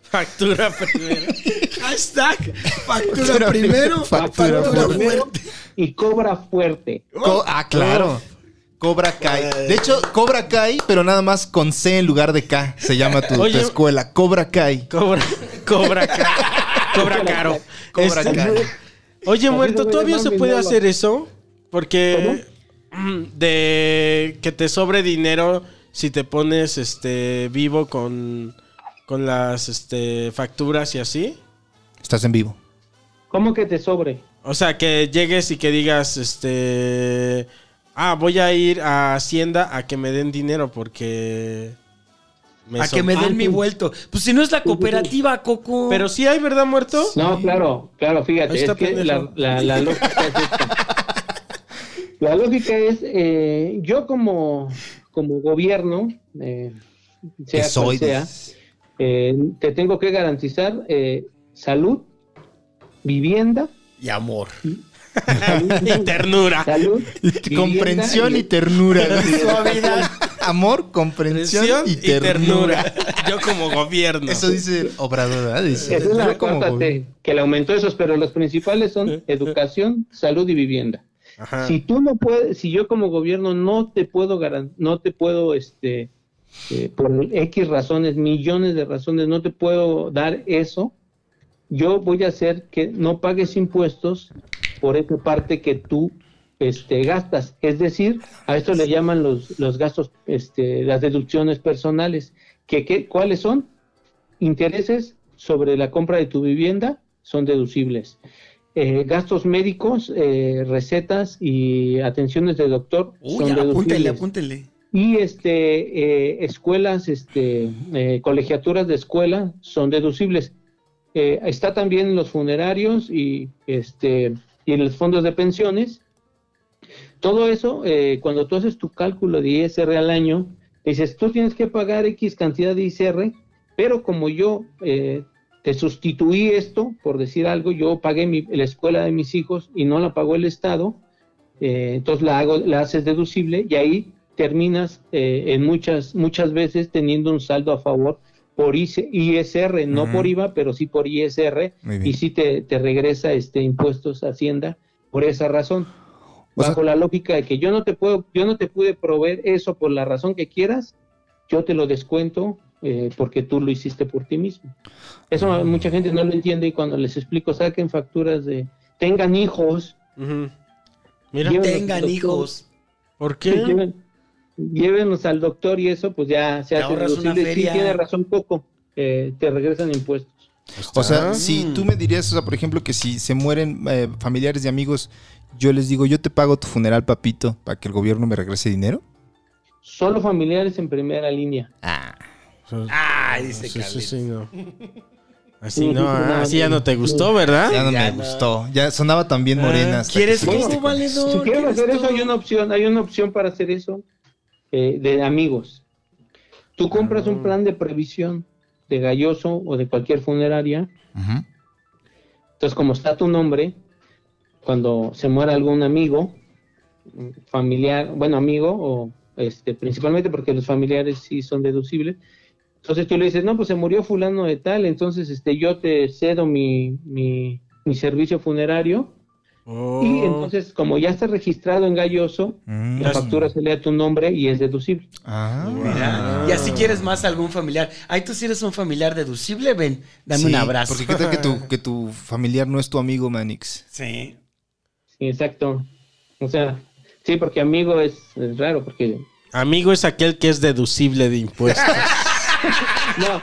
S6: Factura primero.
S5: Hashtag
S4: (laughs) Factura
S5: factura primero,
S4: factura
S5: factura
S4: fuerte.
S5: fuerte.
S8: y cobra fuerte.
S4: Co- ah, claro. Cobra Kai. De hecho, Cobra Kai, pero nada más con C en lugar de K. Se llama tu, tu
S6: Oye.
S4: escuela. Cobra Kai.
S6: Cobra, cobra caro. Cobra caro.
S4: Cobra
S6: Este,
S4: Kai.
S6: Oye,
S8: Así
S6: muerto,
S8: se me
S6: ¿todavía
S8: llama
S6: se
S8: mi
S6: puede
S8: nueva-
S6: hacer eso? Porque mm, (clears throat) de que te sobre dinero si te pones este vivo con, con las este, facturas y así.
S4: Estás en vivo.
S8: ¿Cómo que te sobre?
S6: O sea, que llegues y que digas, este, ah, voy a ir a Hacienda a que me den dinero porque... me
S5: A
S6: so-
S5: que me den mi
S8: Ah, sí.
S5: vuelto. Pues si no es la cooperativa, Coco.
S6: Pero si hay, ¿verdad, muerto?
S8: No, claro, claro,
S6: Ahí
S8: fíjate,
S6: está,
S8: es que la,
S6: pendejo.
S8: la- la lógica es esta. La lógica es, eh, yo como, como gobierno, eh, sea
S4: Que soy
S8: cual
S4: de-
S8: sea, eh, te tengo que garantizar eh, salud, vivienda,
S5: Y amor.
S4: (laughs)
S6: Y ternura.
S8: salud, vivienda
S4: Comprensión (laughs) y ternura. Suavidad. Amor, comprensión
S6: Presión
S4: y ternura.
S6: Yo como
S4: (laughs)
S6: gobierno.
S4: Eso dice el Obrador, ¿verdad? Dice,
S8: Esa es la
S4: yo como
S8: cuarta
S4: gobierno.
S8: T, que le aumentó esos, pero los principales son educación, salud y vivienda.
S6: Ajá.
S8: Si tú no puedes, si yo como gobierno no te puedo garan- no te puedo, este, eh, por X razones, millones de razones, no te puedo dar eso, yo voy a hacer que no pagues impuestos por esa parte que tú este, gastas. Es decir, a esto le llaman los, los gastos, este, las deducciones personales. que que- ¿Cuáles son? Intereses sobre la compra de tu vivienda son deducibles. Eh, gastos médicos, eh, recetas y atenciones de doctor
S5: Uy,
S8: son
S5: apúntenle,
S8: deducibles.
S5: apúntenle.
S8: Y este, eh, escuelas, este, eh, colegiaturas de escuela son deducibles. Eh, está también los funerarios y, este, y los fondos de pensiones. Todo eso, eh, cuando tú haces tu cálculo de ISR al año, dices, tú tienes que pagar X cantidad de ISR, pero como yo eh, te sustituí esto, por decir algo, yo pagué mi- la escuela de mis hijos y no la pagó el Estado, eh, entonces la, hago, la haces deducible y ahí terminas eh, en muchas, muchas veces teniendo un saldo a favor por IC ISR, no
S4: Ujú.
S8: por IVA, pero sí por ISR,
S4: Muy bien.
S8: y sí te, te regresa este impuestos a Hacienda por esa razón.
S4: O sea-
S8: Bajo la lógica de que yo no te puedo, yo no te pude proveer eso por la razón que quieras, yo te lo descuento eh, porque tú lo hiciste por ti mismo. Eso mucha gente no lo entiende y cuando les explico, saquen facturas de, tengan hijos,
S6: Ujú. Mira,
S8: Lleva- Llévenlos al
S5: Tengan
S8: doctor.
S5: hijos.
S6: ¿por qué?
S8: lleven- llévenos al doctor y eso pues ya se
S5: Te
S8: hace
S5: ahorras una
S8: deducible. Sí,
S5: feria.
S8: tiene razón poco, te regresan impuestos.
S4: O
S5: Ah.
S4: sea, si tú me dirías, o sea, por ejemplo, que si se mueren eh, familiares y amigos, yo les digo, yo te pago tu funeral, papito, para que el gobierno me regrese dinero.
S8: Solo familiares en primera línea.
S5: Ah, dice
S6: Sí, sí,
S5: Carlitos.
S6: sí,
S5: (laughs)
S6: no. Así no, ah, así ya no te gustó, ¿verdad?
S4: Ya no me
S5: ya no.
S4: gustó. Ya sonaba también morena. hasta Ah, que
S5: ¿Quieres
S4: estuviste
S5: tú,
S4: con eso.
S5: este valedor?
S8: si quieren
S5: ¿Quieres
S8: hacer eso,
S5: tú?
S8: hay una opción, hay una opción para hacer eso eh, de amigos. Tú compras
S5: Ah.
S8: un plan de previsión de Galloso o de cualquier funeraria.
S4: Ujú.
S8: Entonces, como está tu nombre, cuando se muera algún amigo, mm, familiar, bueno, amigo, o este, principalmente porque los familiares sí son deducibles, entonces tú le dices, no, pues se murió fulano de tal, entonces este, yo te cedo mi, mi, mi servicio funerario.
S6: Oh.
S8: Y entonces, como ya está registrado en Galloso,
S4: Mm.
S8: la factura se lee a tu nombre y es deducible.
S4: Ah,
S5: Mira, Y así quieres más algún familiar. Ay, tú si eres un familiar deducible, ven, dame un
S4: Sí,
S5: abrazo.
S4: Porque qué tal que tu, que tu familiar no es tu amigo, Manix.
S5: Sí.
S8: Sí, exacto. O sea, sí, porque amigo es, es raro, porque...
S6: Amigo es aquel que es deducible de
S4: (laughs)
S6: impuestos.
S8: No,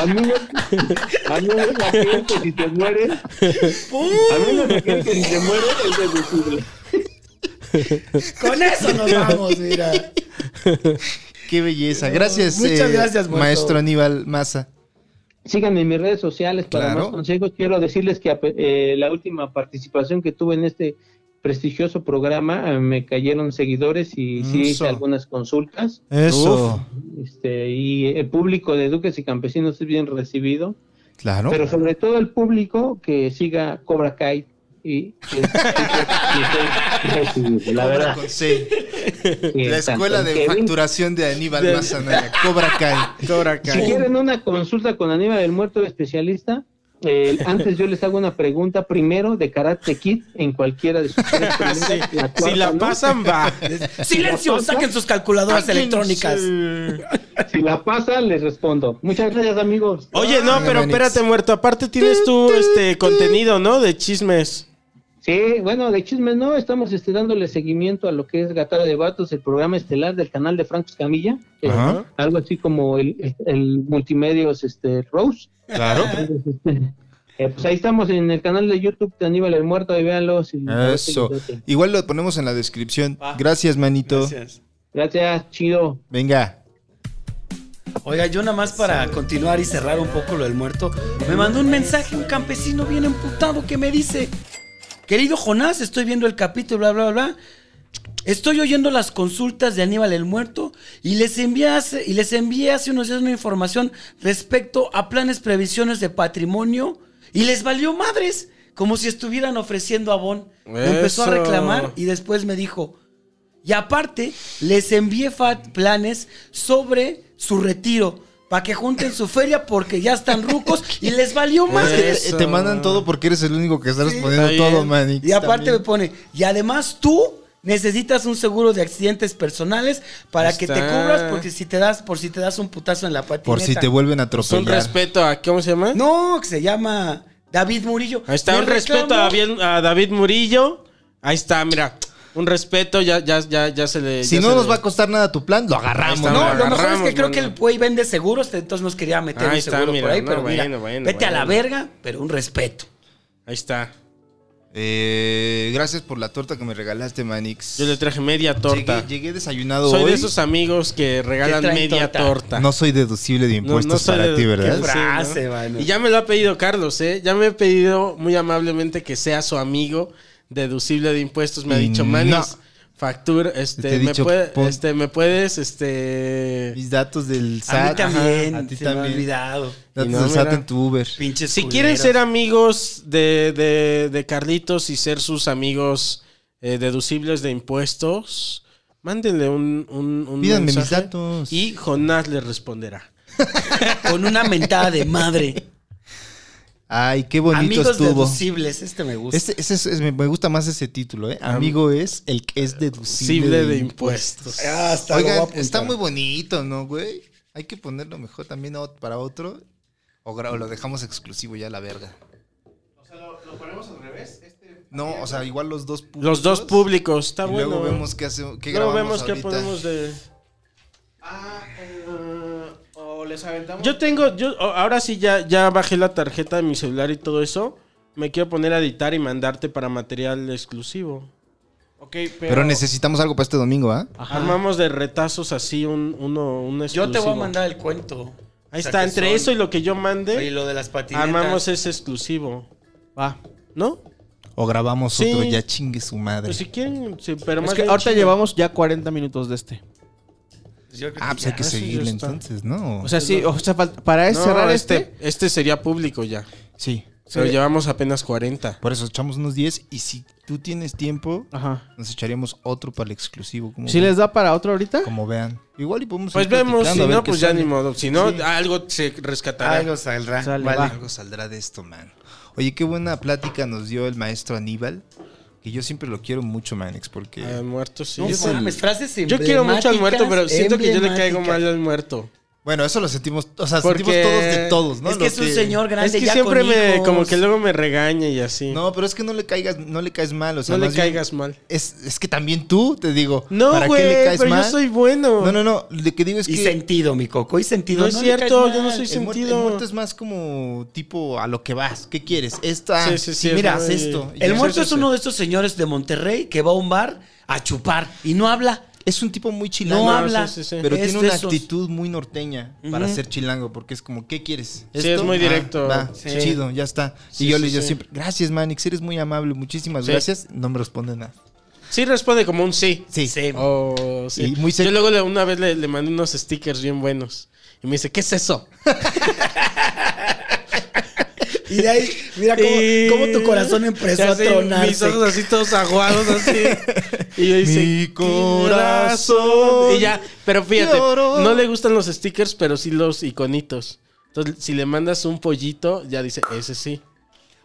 S8: amigo, amigo es aquel que si te muere, amigo es aquel que si te muere es deducible.
S5: Con eso nos vamos, mira.
S4: Qué belleza. Gracias, eh,
S5: Muchas gracias, muerto.
S4: maestro Aníbal Maza.
S8: Síganme en mis redes sociales para
S4: Claro.
S8: más consejos. Quiero decirles que ape- eh, la última participación que tuve en este prestigioso programa eh, me cayeron seguidores y sí
S4: Eso.
S8: hice algunas consultas.
S4: Eso.
S8: Este, y el público de Duques y Campesinos es bien recibido,
S4: Claro.
S8: pero sobre todo el público que siga Cobra Kai y, que- y que- y que- y que- y que- la
S4: Cobra
S8: verdad.
S4: con C.
S8: sí,
S4: La
S8: exacto.
S4: escuela de
S8: Que ven-
S4: facturación de Aníbal Maza Anaya, Cobra Kai. Cobra
S8: Si quieren una consulta con Aníbal del Muerto de especialista,
S4: (laughs)
S8: eh, antes yo les hago una pregunta primero de Karate Kid en cualquiera de sus
S4: (laughs)
S8: tres preguntas. la
S6: si
S8: cuarta
S6: la
S8: no.
S6: pasan,
S7: (laughs)
S6: va.
S7: Este
S5: Silencio, saquen sus calculadoras electrónicas.
S8: Si la pasan, les respondo. Muchas gracias, amigos.
S6: Oye, no,
S4: Venga,
S6: pero
S4: Manix.
S6: espérate, muerto. Aparte tienes tú este contenido, ¿no? De chismes.
S8: Sí, bueno, de chismes no, estamos este, dándole seguimiento a lo que es Gatada de Vatos, el programa estelar del canal de Franco Escamilla, que es
S4: Ajá.
S8: algo así como el, el, el multimedios este, Rose.
S4: Claro.
S8: Entonces, este, eh, pues ahí estamos en el canal de YouTube de Aníbal el Muerto, ahí véanlo. si-
S4: Eso. Igual lo ponemos en la descripción. Gracias, manito.
S8: Gracias, chido.
S4: Venga.
S5: Oiga, yo nada más para continuar y cerrar un poco lo del muerto, me mandó un mensaje un campesino bien emputado que me dice, querido Jonás, estoy viendo el capítulo, bla, bla, bla. Estoy oyendo las consultas de Aníbal el Muerto y les envié hace, y les envié hace unos días una información respecto a planes previsiones de patrimonio y les valió madres, como si estuvieran ofreciendo abón. Me empezó a
S6: Eso.
S5: reclamar y después me dijo, y aparte, les envié fa- planes sobre su retiro. Para que junten su feria porque ya están rucos y les valió más.
S6: Eso.
S4: Te mandan todo porque eres el único que está respondiendo
S6: está
S4: todo,
S6: bien.
S4: Manix.
S5: Y aparte
S4: también.
S5: me pone, y además tú necesitas un seguro de accidentes personales para que te
S6: Está.
S5: cubras porque si te das, por si te das un putazo en la patineta.
S4: Por si te vuelven a
S6: pues, Son
S4: atropellar.
S6: Pues respeto a. ¿Cómo se llama?
S5: No, que se llama David Murillo.
S6: Ahí está,
S5: Me
S6: un respeto a
S5: reclamó.
S6: David, a David Murillo. Ahí está, mira. Un respeto, ya, ya, ya, ya se le.
S4: Si
S6: ya
S4: no
S6: se
S4: nos
S6: le-
S4: va a costar nada tu plan, lo agarramos.
S6: Ahí está,
S5: No,
S6: Ahora
S5: lo mejor es
S6: agarramos,
S5: que creo
S6: mano.
S5: que el güey vende seguros, entonces nos quería meter
S6: Ahí
S5: un
S6: está,
S5: seguro por
S6: mira,
S5: ahí,
S6: no,
S5: pero
S6: bueno,
S5: mira,
S6: bueno,
S5: vete a la
S6: bueno.
S5: verga, pero un respeto.
S6: Ahí está.
S4: Eh, gracias por la torta que me regalaste, Manix.
S6: Yo le traje media torta.
S4: Llegué, llegué desayunado
S6: Soy
S4: hoy.
S6: de esos amigos que regalan
S5: Que traen
S6: media
S5: torta.
S6: torta.
S4: No soy deducible de impuestos
S6: soy
S4: para
S6: de-
S4: ti,
S6: qué
S4: ¿verdad?
S5: fra-
S6: ¿no?
S5: frase, mano.
S6: Y ya me lo ha pedido Carlos, ¿eh? Ya me ha pedido muy amablemente que sea su amigo deducible de impuestos. Me ha
S4: Y
S6: dicho,
S4: no.
S6: Manis, factura,
S4: Te he
S6: este, me,
S4: dicho,
S6: puede-
S4: pon-
S6: este, me puedes, este...
S4: Mis datos del SAT.
S5: A mí
S4: ajá,
S5: también,
S4: a ti
S5: se me ha
S4: también.
S5: olvidado.
S4: Datos
S6: Y no,
S4: del SAT
S6: mira.
S4: en tu Uber.
S5: Pinches
S6: Si quieren
S5: culeros.
S6: ser amigos de, de- de Carlitos y ser sus amigos eh, deducibles de impuestos, mándenle un, un, un
S4: Pídanme mis
S6: mensaje
S4: datos.
S6: Y Jonás les responderá.
S5: con una mentada de madre.
S4: Ay, qué bonito
S5: Amigos
S4: estuvo.
S5: deducibles, este me gusta.
S4: Este- ese es- es- me gusta más ese título, ¿eh? Amigo es el que es deducible
S6: Deducible
S4: de,
S6: de
S4: impuestos.
S6: impuestos.
S5: Ah, hasta lo voy a
S4: Oigan,
S5: apuntar.
S4: está muy bonito, ¿no, güey? Hay que ponerlo mejor también a ot- para otro. O, gra- o lo dejamos exclusivo ya, la verga. No, o sea, igual los dos públicos.
S6: Los dos públicos, está
S4: Y
S6: bueno.
S4: luego
S6: ¿eh?
S4: vemos qué hacemos. Qué
S6: Luego
S4: grabamos
S6: vemos qué
S5: Ah,
S4: ahorita.
S5: eh,
S6: ponemos de...
S7: les aventamos.
S6: Yo tengo, yo oh, ahora sí ya, ya bajé la tarjeta de mi celular y todo eso. Me quiero poner a editar y mandarte para material exclusivo.
S7: Ok, pero.
S4: Pero necesitamos algo para este domingo, ¿ah?
S7: Ajá.
S6: Armamos de retazos así un, uno, un exclusivo.
S5: Yo te voy a mandar el cuento.
S6: Ahí
S5: O sea,
S6: está,
S5: que
S6: entre
S5: son-
S6: eso y lo que yo
S5: Y
S6: mande,
S5: lo de las patinetas.
S6: armamos ese exclusivo.
S7: Va.
S6: ¿No?
S4: O grabamos
S6: Sí.
S4: otro, ya chingue su madre.
S6: Pues si quieren, sí, pero más
S7: Es que
S6: bien
S7: ahorita
S6: chido.
S7: llevamos ya 40 minutos de este.
S5: Yo creo
S4: ah, pues hay
S5: ya.
S4: que
S6: eso ya
S4: seguirle
S6: está.
S4: entonces, ¿no?
S7: O sea, sí, o sea, fal- para
S6: No,
S7: cerrar este.
S6: este, este. sería público ya.
S4: sí.
S6: Pero llevamos apenas 40.
S4: Por eso echamos unos 10 y si tú tienes tiempo,
S7: Ajá.
S4: nos echaríamos otro para el exclusivo. Como,
S7: ¿Sí les da para otro ahorita?
S4: como vean. Igual y podemos
S6: Pues
S4: ir
S6: vemos,
S4: platicando
S6: si
S4: a ver
S6: no,
S4: qué
S6: pues ya
S4: sale.
S6: ni modo. Si no,
S4: Sí.
S6: algo se rescatará.
S4: Algo saldrá.
S7: Sale,
S4: Vale,
S7: va.
S4: algo saldrá de esto, man. Oye, qué buena plática nos dio el maestro Aníbal. Que yo siempre lo quiero mucho, Manex, porque...
S6: Al muerto, sí.
S5: No
S6: Yo-
S5: mames, frases
S6: yo quiero mucho al muerto, pero siento que yo le caigo
S5: emblemáticas.
S6: mal al muerto.
S4: bueno, eso lo sentimos, o sea,
S6: Porque-
S4: sentimos todos de todos, ¿no?
S5: Es que
S4: Los
S5: es un señor grande.
S6: Es que
S5: ya
S6: siempre
S5: con
S6: me,
S5: hijos.
S6: como que luego me regaña y así. No,
S4: No, pero es que no le caigas, no le caes mal, o sea,
S6: le
S4: más bien
S6: caigas mal.
S4: es, es que también tú, te digo,
S6: No,
S4: ¿para
S6: güey,
S4: qué le caes
S6: pero
S4: mal?
S6: yo soy bueno.
S4: No, no, no, lo que digo es
S5: Y
S4: que
S5: sentido, mi coco, y sentido.
S6: No es
S5: le caes
S6: cierto,
S5: mal.
S6: yo no soy
S4: el, muer- el
S6: sentido.
S4: muerto es más como tipo a lo que vas, ¿qué quieres? Esta,
S6: Sí, sí, sí, es
S4: mira, haz
S6: muy-
S4: esto.
S6: El
S4: Y
S5: El
S4: yo-
S5: muerto
S6: soy
S5: es uno de estos señores de Monterrey que va a un bar a chupar y no habla.
S4: Es un tipo muy
S5: No,
S4: chilango,
S6: no,
S5: habla.
S6: sí, sí, sí.
S4: pero
S5: Es
S4: tiene
S5: de
S4: una
S5: esos.
S4: actitud muy norteña para
S5: Ujú.
S4: ser chilango, porque es como, ¿qué quieres?
S6: Sí, es muy directo.
S4: Ah, va,
S6: Sí.
S4: Chido, ya está.
S6: Sí,
S4: y yo
S6: sí,
S4: le digo
S6: sí.
S4: siempre, gracias, Manix, eres muy amable, muchísimas
S6: Sí.
S4: gracias. No me responde nada.
S6: Sí responde como un sí.
S4: Sí.
S5: Sí.
S6: Oh, sí.
S4: Y muy sec-
S6: Yo luego le- una vez le, le mandé unos stickers bien buenos. Y me dice, ¿qué es eso?
S5: Y de ahí, mira cómo,
S6: Y-
S5: cómo tu corazón empezó
S6: Ya
S5: a
S6: sé,
S5: tronarse.
S6: Mis ojos así todos aguados
S5: (laughs)
S6: así. Y yo dice,
S4: Mi
S6: "¿Qué
S4: corazón
S6: Y ya, pero fíjate,
S4: lloró".
S6: no le gustan los stickers, pero sí los iconitos. Entonces, si le mandas un pollito, ya dice, ese sí.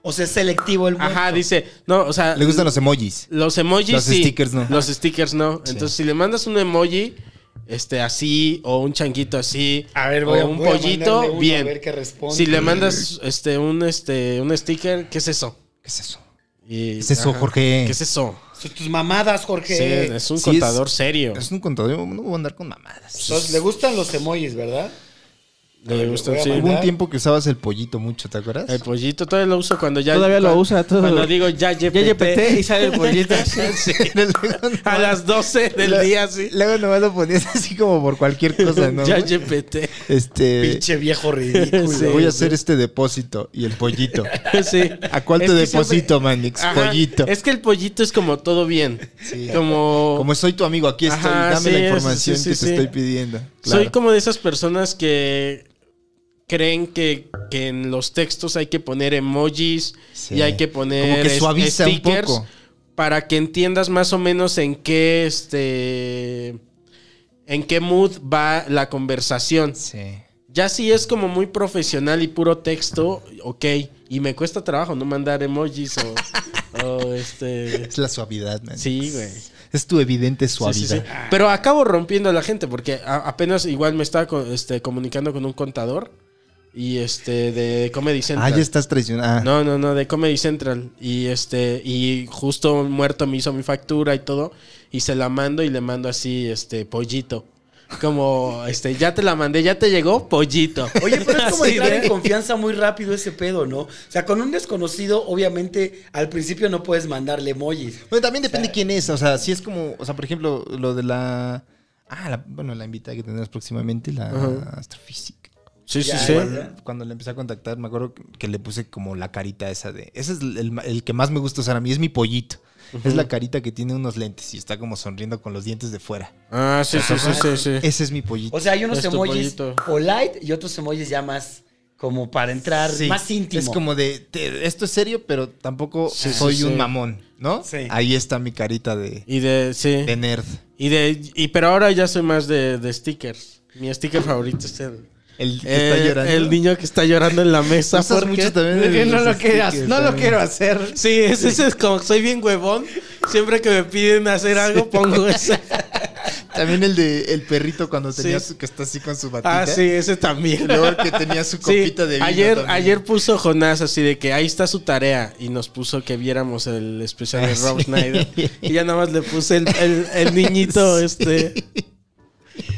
S5: O sea, es selectivo el muerto.
S6: Ajá, dice, no, o sea,
S4: Le gustan los emojis.
S6: los emojis
S4: Los
S6: sí,
S4: stickers no.
S6: Los stickers no. Entonces, si le mandas un emoji este así o un changuito así
S5: A ver,
S6: o
S5: voy a-
S6: un
S5: voy a
S6: pollito,
S5: mandarle uno
S6: bien.
S5: a ver qué responde.
S6: Si le mandas este un este un sticker, ¿qué es eso?
S4: ¿Qué es eso?
S6: Y-
S4: ¿Qué es eso, Jorge?
S6: ¿Qué es eso?
S5: Son tus mamadas,
S6: Sí,
S5: Jorge.
S6: es un
S4: Sí,
S6: contador
S4: es-
S6: serio.
S4: Es un contador, yo no voy a andar con mamadas.
S5: Entonces, le gustan los emojis, ¿verdad?
S6: Le gusta,
S5: voy a
S6: sí.
S5: mandar.
S4: Hubo un tiempo que usabas el pollito mucho, ¿te acuerdas? (laughs)
S6: El pollito todavía lo uso cuando ya
S7: Todavía lo
S6: cuando-
S7: usa, todo.
S6: Cuando digo ya
S7: Ya GPT
S6: GPT
S7: y sale el pollito.
S6: (laughs) a las 12 (laughs) del día sí.
S4: Luego nomás lo ponías así como por cualquier cosa, ¿no?
S6: (laughs) Ya GPT.
S4: Este.
S5: Pinche viejo ridículo.
S4: voy a hacer este depósito y el
S6: (laughs)
S4: pollito.
S6: Sí.
S4: ¿A cuál
S6: Es
S4: te
S6: que siempre-
S4: deposito, Manix?
S6: Ajá.
S4: Pollito.
S6: Es que el pollito es como todo bien.
S4: Sí.
S6: Como,
S4: Como soy tu amigo, aquí estoy.
S6: Ajá,
S4: Dame
S6: sí,
S4: la
S6: es-
S4: información
S6: sí, sí,
S4: que
S6: sí.
S4: te estoy pidiendo.
S6: soy
S4: Claro.
S6: como de esas personas que creen que, que en los textos hay que poner emojis
S4: Sí.
S6: y hay que poner
S4: Como que
S6: es-
S4: suaviza un
S6: stickers
S4: poco.
S6: para que entiendas más o menos en qué este en qué mood va la conversación.
S4: Sí.
S6: Ya si es como muy profesional y puro texto, ok. Y me cuesta trabajo no mandar emojis o, o, este.
S4: Es la suavidad, Manix.
S6: Sí, güey.
S4: Es tu evidente
S6: Sí, sí, sí.
S4: suavidad.
S6: Pero acabo rompiendo a la gente porque a- apenas igual me estaba co- este, comunicando con un contador y este de Comedy
S4: Ah,
S6: Central.
S4: ya estás traicionada. Ah.
S6: No, no, no, de Comedy Central. Y este, y justo un muerto me hizo mi factura y todo. Y se la mando y le mando así, este, pollito. Como, este, ya te la mandé, ya te llegó, pollito.
S5: Oye, pero
S6: (laughs)
S5: es como
S6: Así
S5: entrar
S6: de-
S5: en confianza muy rápido ese pedo, ¿no? O sea, con un desconocido, obviamente, al principio no puedes mandarle emojis.
S4: Bueno, también depende quién es. O sea, si es como, o sea, por ejemplo, lo de la. Ah, la- bueno, la invitada que tendrás próximamente, la
S6: Ajá.
S4: astrofísica.
S6: Sí, sí,
S5: Ya,
S6: sí.
S5: igual.
S4: Cuando- Cuando la empecé a contactar, me acuerdo que- que le puse como la carita esa de. Ese es el, el- el que más me gusta usar a mí, es mi pollito. Es la carita que tiene unos lentes y está como sonriendo con los dientes de fuera.
S6: Ah, sí, sí, sí, sí, sí.
S4: Ese es mi pollito.
S5: O sea, hay unos
S6: Es tu
S5: emojis
S6: pollito.
S5: polite y otros emojis ya más como para entrar
S4: Sí.
S5: más íntimo.
S4: Es como de, te- esto es serio, pero tampoco
S6: Sí, sí,
S4: soy
S6: sí.
S4: un mamón, ¿no?
S5: Sí.
S4: Ahí está mi carita de,
S6: Y de, sí.
S4: de nerd.
S6: Y de, y pero ahora ya soy más de, de stickers. Mi sticker favorito es el,
S4: El que
S6: eh,
S4: está llorando.
S6: el niño que está llorando en la
S4: (laughs)
S6: mesa.
S4: Usas
S6: porque-
S4: mucho también el-
S7: no lo
S4: los
S7: quieras,
S4: stickers,
S7: no lo
S4: también.
S7: quiero hacer.
S6: Sí, ese, ese es como soy bien huevón. Siempre que me piden hacer algo,
S4: (laughs)
S6: pongo ese.
S4: También el de el perrito cuando
S6: Sí.
S4: tenía su, que está así con su batita.
S6: Ah, sí, ese
S4: Y
S6: también.
S4: luego el que tenía su
S6: (laughs) Sí,
S4: copita de vino.
S6: ayer,
S4: también.
S6: ayer puso Jonás así de que ahí está su tarea y nos puso que viéramos el especial de
S4: Ah,
S6: Rob
S4: sí.
S5: (laughs)
S6: Schneider. Y ya nada más le puse el, el- el niñito este.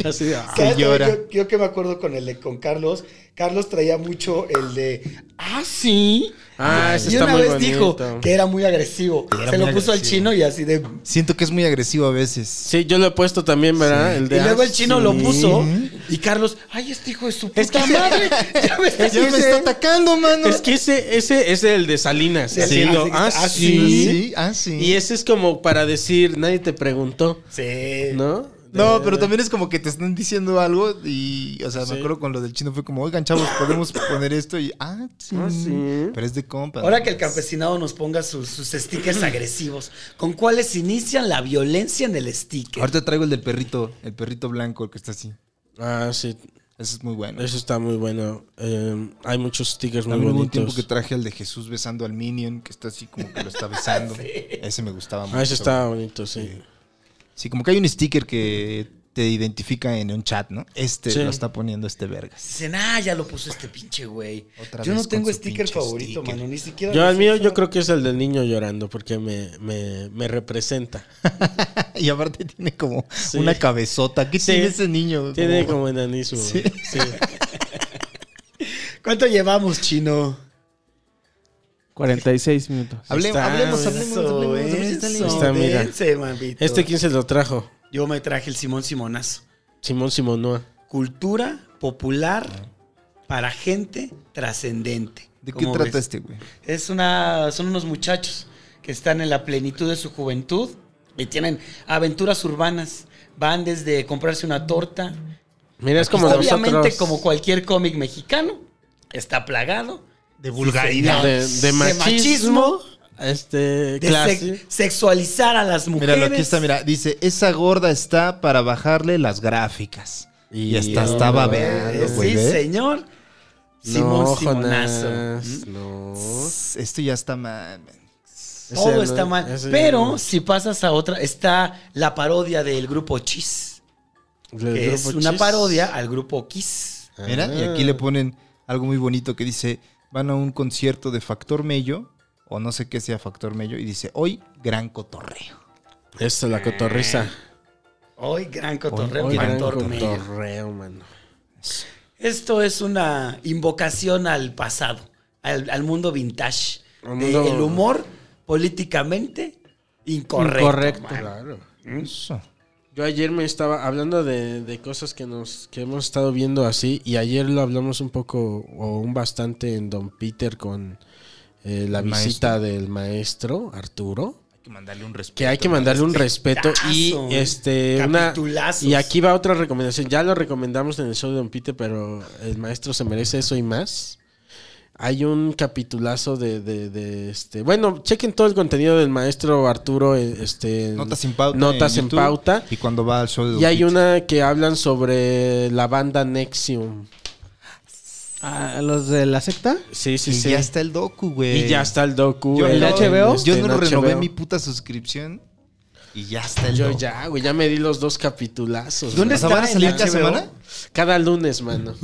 S9: Así de, ah.
S5: ¿Sabes?
S4: llora.
S5: Yo, yo que me acuerdo con el de con Carlos, Carlos traía mucho el de ah, sí.
S6: Ah, ese
S5: y
S6: está
S5: una
S6: muy
S5: vez
S6: bonito.
S5: dijo que era muy agresivo.
S4: Era
S5: Se
S4: muy
S5: lo puso al
S4: agresivo.
S5: chino y así de.
S4: Siento que es muy agresivo a veces.
S6: Sí, yo lo he puesto también, ¿verdad? El
S5: Y
S6: de,
S5: luego
S6: ah,
S5: el chino
S6: sí.
S5: lo puso y Carlos, ay, este hijo de su puta
S6: (laughs)
S5: madre. ya me está-
S4: Ya me está atacando, mano.
S6: Es que ese, ese es el de Salinas,
S5: Sí,
S6: haciendo,
S5: sí,
S6: ah,
S5: ah,
S6: sí.
S4: Sí, ah, sí.
S6: Y ese es como para decir, nadie te preguntó,
S5: Sí.
S6: ¿no?
S4: No,
S6: De-
S4: pero también es como que te están diciendo algo y, o sea,
S6: Sí.
S4: me acuerdo con lo del chino fue como, oigan, chavos,
S6: (coughs)
S4: podemos poner esto y, ah, sí.
S6: Ah, sí.
S4: Pero es de compa.
S5: Ahora que el campesinado nos ponga sus, sus stickers agresivos, ¿con cuáles inician la violencia en el sticker?
S4: Ahorita traigo el del perrito, el perrito blanco, el que está así.
S6: Ah, sí,
S4: Ese es muy bueno.
S6: eso está muy bueno. Eh, hay muchos stickers muy
S4: También hubo un tiempo
S6: bonitos.
S4: que traje el de Jesús besando al Minion, que está así como que lo está
S5: (laughs)
S4: besando. Ese me gustaba mucho.
S6: Ah, ese está bonito, sí.
S4: Sí, como que hay un sticker que te identifica en un chat, ¿no? Este
S6: Sí.
S4: lo está poniendo este vergas. (laughs)
S5: Dicen, ah, ya lo puso este pinche güey.
S4: Otra
S5: Yo no
S4: vez con
S5: tengo
S4: su
S5: sticker
S4: pinche
S5: favorito,
S4: sticker.
S5: mano, ni siquiera.
S6: Yo
S5: lo
S6: al
S5: sé,
S6: mío
S5: pero-
S6: yo creo que es el del niño llorando porque me, me, me representa.
S4: Y aparte tiene como
S6: Sí.
S4: una cabezota. ¿Qué
S6: Sí.
S4: tiene ese niño? (laughs)
S6: Tiene como enanismo. Sí.
S5: ¿Cuánto llevamos, chino?
S7: 46 minutos.
S4: Hable-
S6: Está,
S4: hablemos,
S6: eso,
S4: hablemos, hablemos, hablemos, dale.
S5: eso,
S6: Está, mira.
S5: dense, mambito.
S6: Este quién se lo trajo?
S5: Yo me traje el Simón Simonazo.
S6: Simón Simonoa.
S5: Cultura popular para gente trascendente.
S4: ¿De qué
S5: ¿Cómo
S4: trata
S5: ves?
S4: este, güey?
S5: Es una, son unos muchachos que están en la plenitud de su juventud y tienen aventuras urbanas. Van desde comprarse una torta.
S6: Mira, es como
S5: obviamente,
S6: nosotros.
S5: como cualquier cómic mexicano, está plagado de
S6: vulgaridad. De- de machismo, Este,
S5: de
S6: clase.
S5: se- sexualizar a las mujeres.
S4: Míralo, aquí está, mira. Dice, esa gorda está para bajarle las gráficas. Y, hasta
S6: no,
S4: estaba
S6: no,
S4: babeando,
S5: Eh,
S4: güey.
S5: sí,
S4: ¿ve?
S5: señor.
S6: No,
S5: Simón
S6: Jonás,
S5: Simonazo. ¿Mm?
S6: No.
S4: Esto ya está mal. man.
S5: Todo
S6: Ese no-
S5: está mal.
S6: ese
S5: Pero
S6: no.
S5: si pasas a otra, está la parodia del grupo Chis.
S6: Del
S5: Que es
S6: grupo
S5: una
S6: Chis.
S5: parodia al grupo Kiss.
S4: Mira, y aquí
S6: Ah.
S4: le ponen algo muy bonito que dice, van a un concierto de Factor Mello, o no sé qué sea Factor Mello, y dice, hoy, gran cotorreo.
S6: Esta es la cotorriza.
S5: Hoy, gran cotorreo.
S6: Hoy gran
S5: Factor Medio.
S6: cotorreo, mano.
S5: Esto es una invocación al pasado, al, al mundo vintage.
S6: Al
S5: de
S6: mundo-
S5: el humor políticamente incorrecto. man.
S6: Claro.
S4: Eso.
S6: Yo ayer me estaba hablando de, de cosas que nos que hemos estado viendo así y ayer lo hablamos un poco o un bastante en Don Peter con eh, la
S4: El
S6: visita del maestro Arturo.
S4: Hay que mandarle un respeto.
S6: Que hay que mandarle un respeto y
S5: Respetazo.
S6: este una
S5: Capitulazos.
S6: y aquí va otra recomendación. Ya lo recomendamos en el show de Don Peter, pero el maestro se merece eso y más. Hay un capitulazo de, de- de, este. Bueno, chequen todo el contenido del maestro Arturo, eh, este. en-
S4: Notas en pauta.
S6: Notas en
S4: YouTube,
S6: pauta.
S4: Y cuando va al show de
S6: Y hay
S4: Don Peter.
S6: una que hablan sobre la banda Nexium.
S7: Ah, ¿Los de la secta?
S6: Sí, sí,
S4: Y
S6: sí.
S4: ya está el docu, güey.
S6: Y ya está el docu.
S4: Yo
S6: Este,
S7: ¿El
S4: no-
S7: HBO?
S4: Yo no
S6: en
S4: renové
S6: HBO.
S4: mi puta suscripción y ya está el
S6: Yo
S4: docu.
S6: ya, güey, ya me di los dos capitulazos.
S4: ¿Dónde
S6: güey.
S4: está? ¿Van a
S5: en
S4: salir cada
S5: HBO?
S4: semana?
S6: Cada lunes, mano.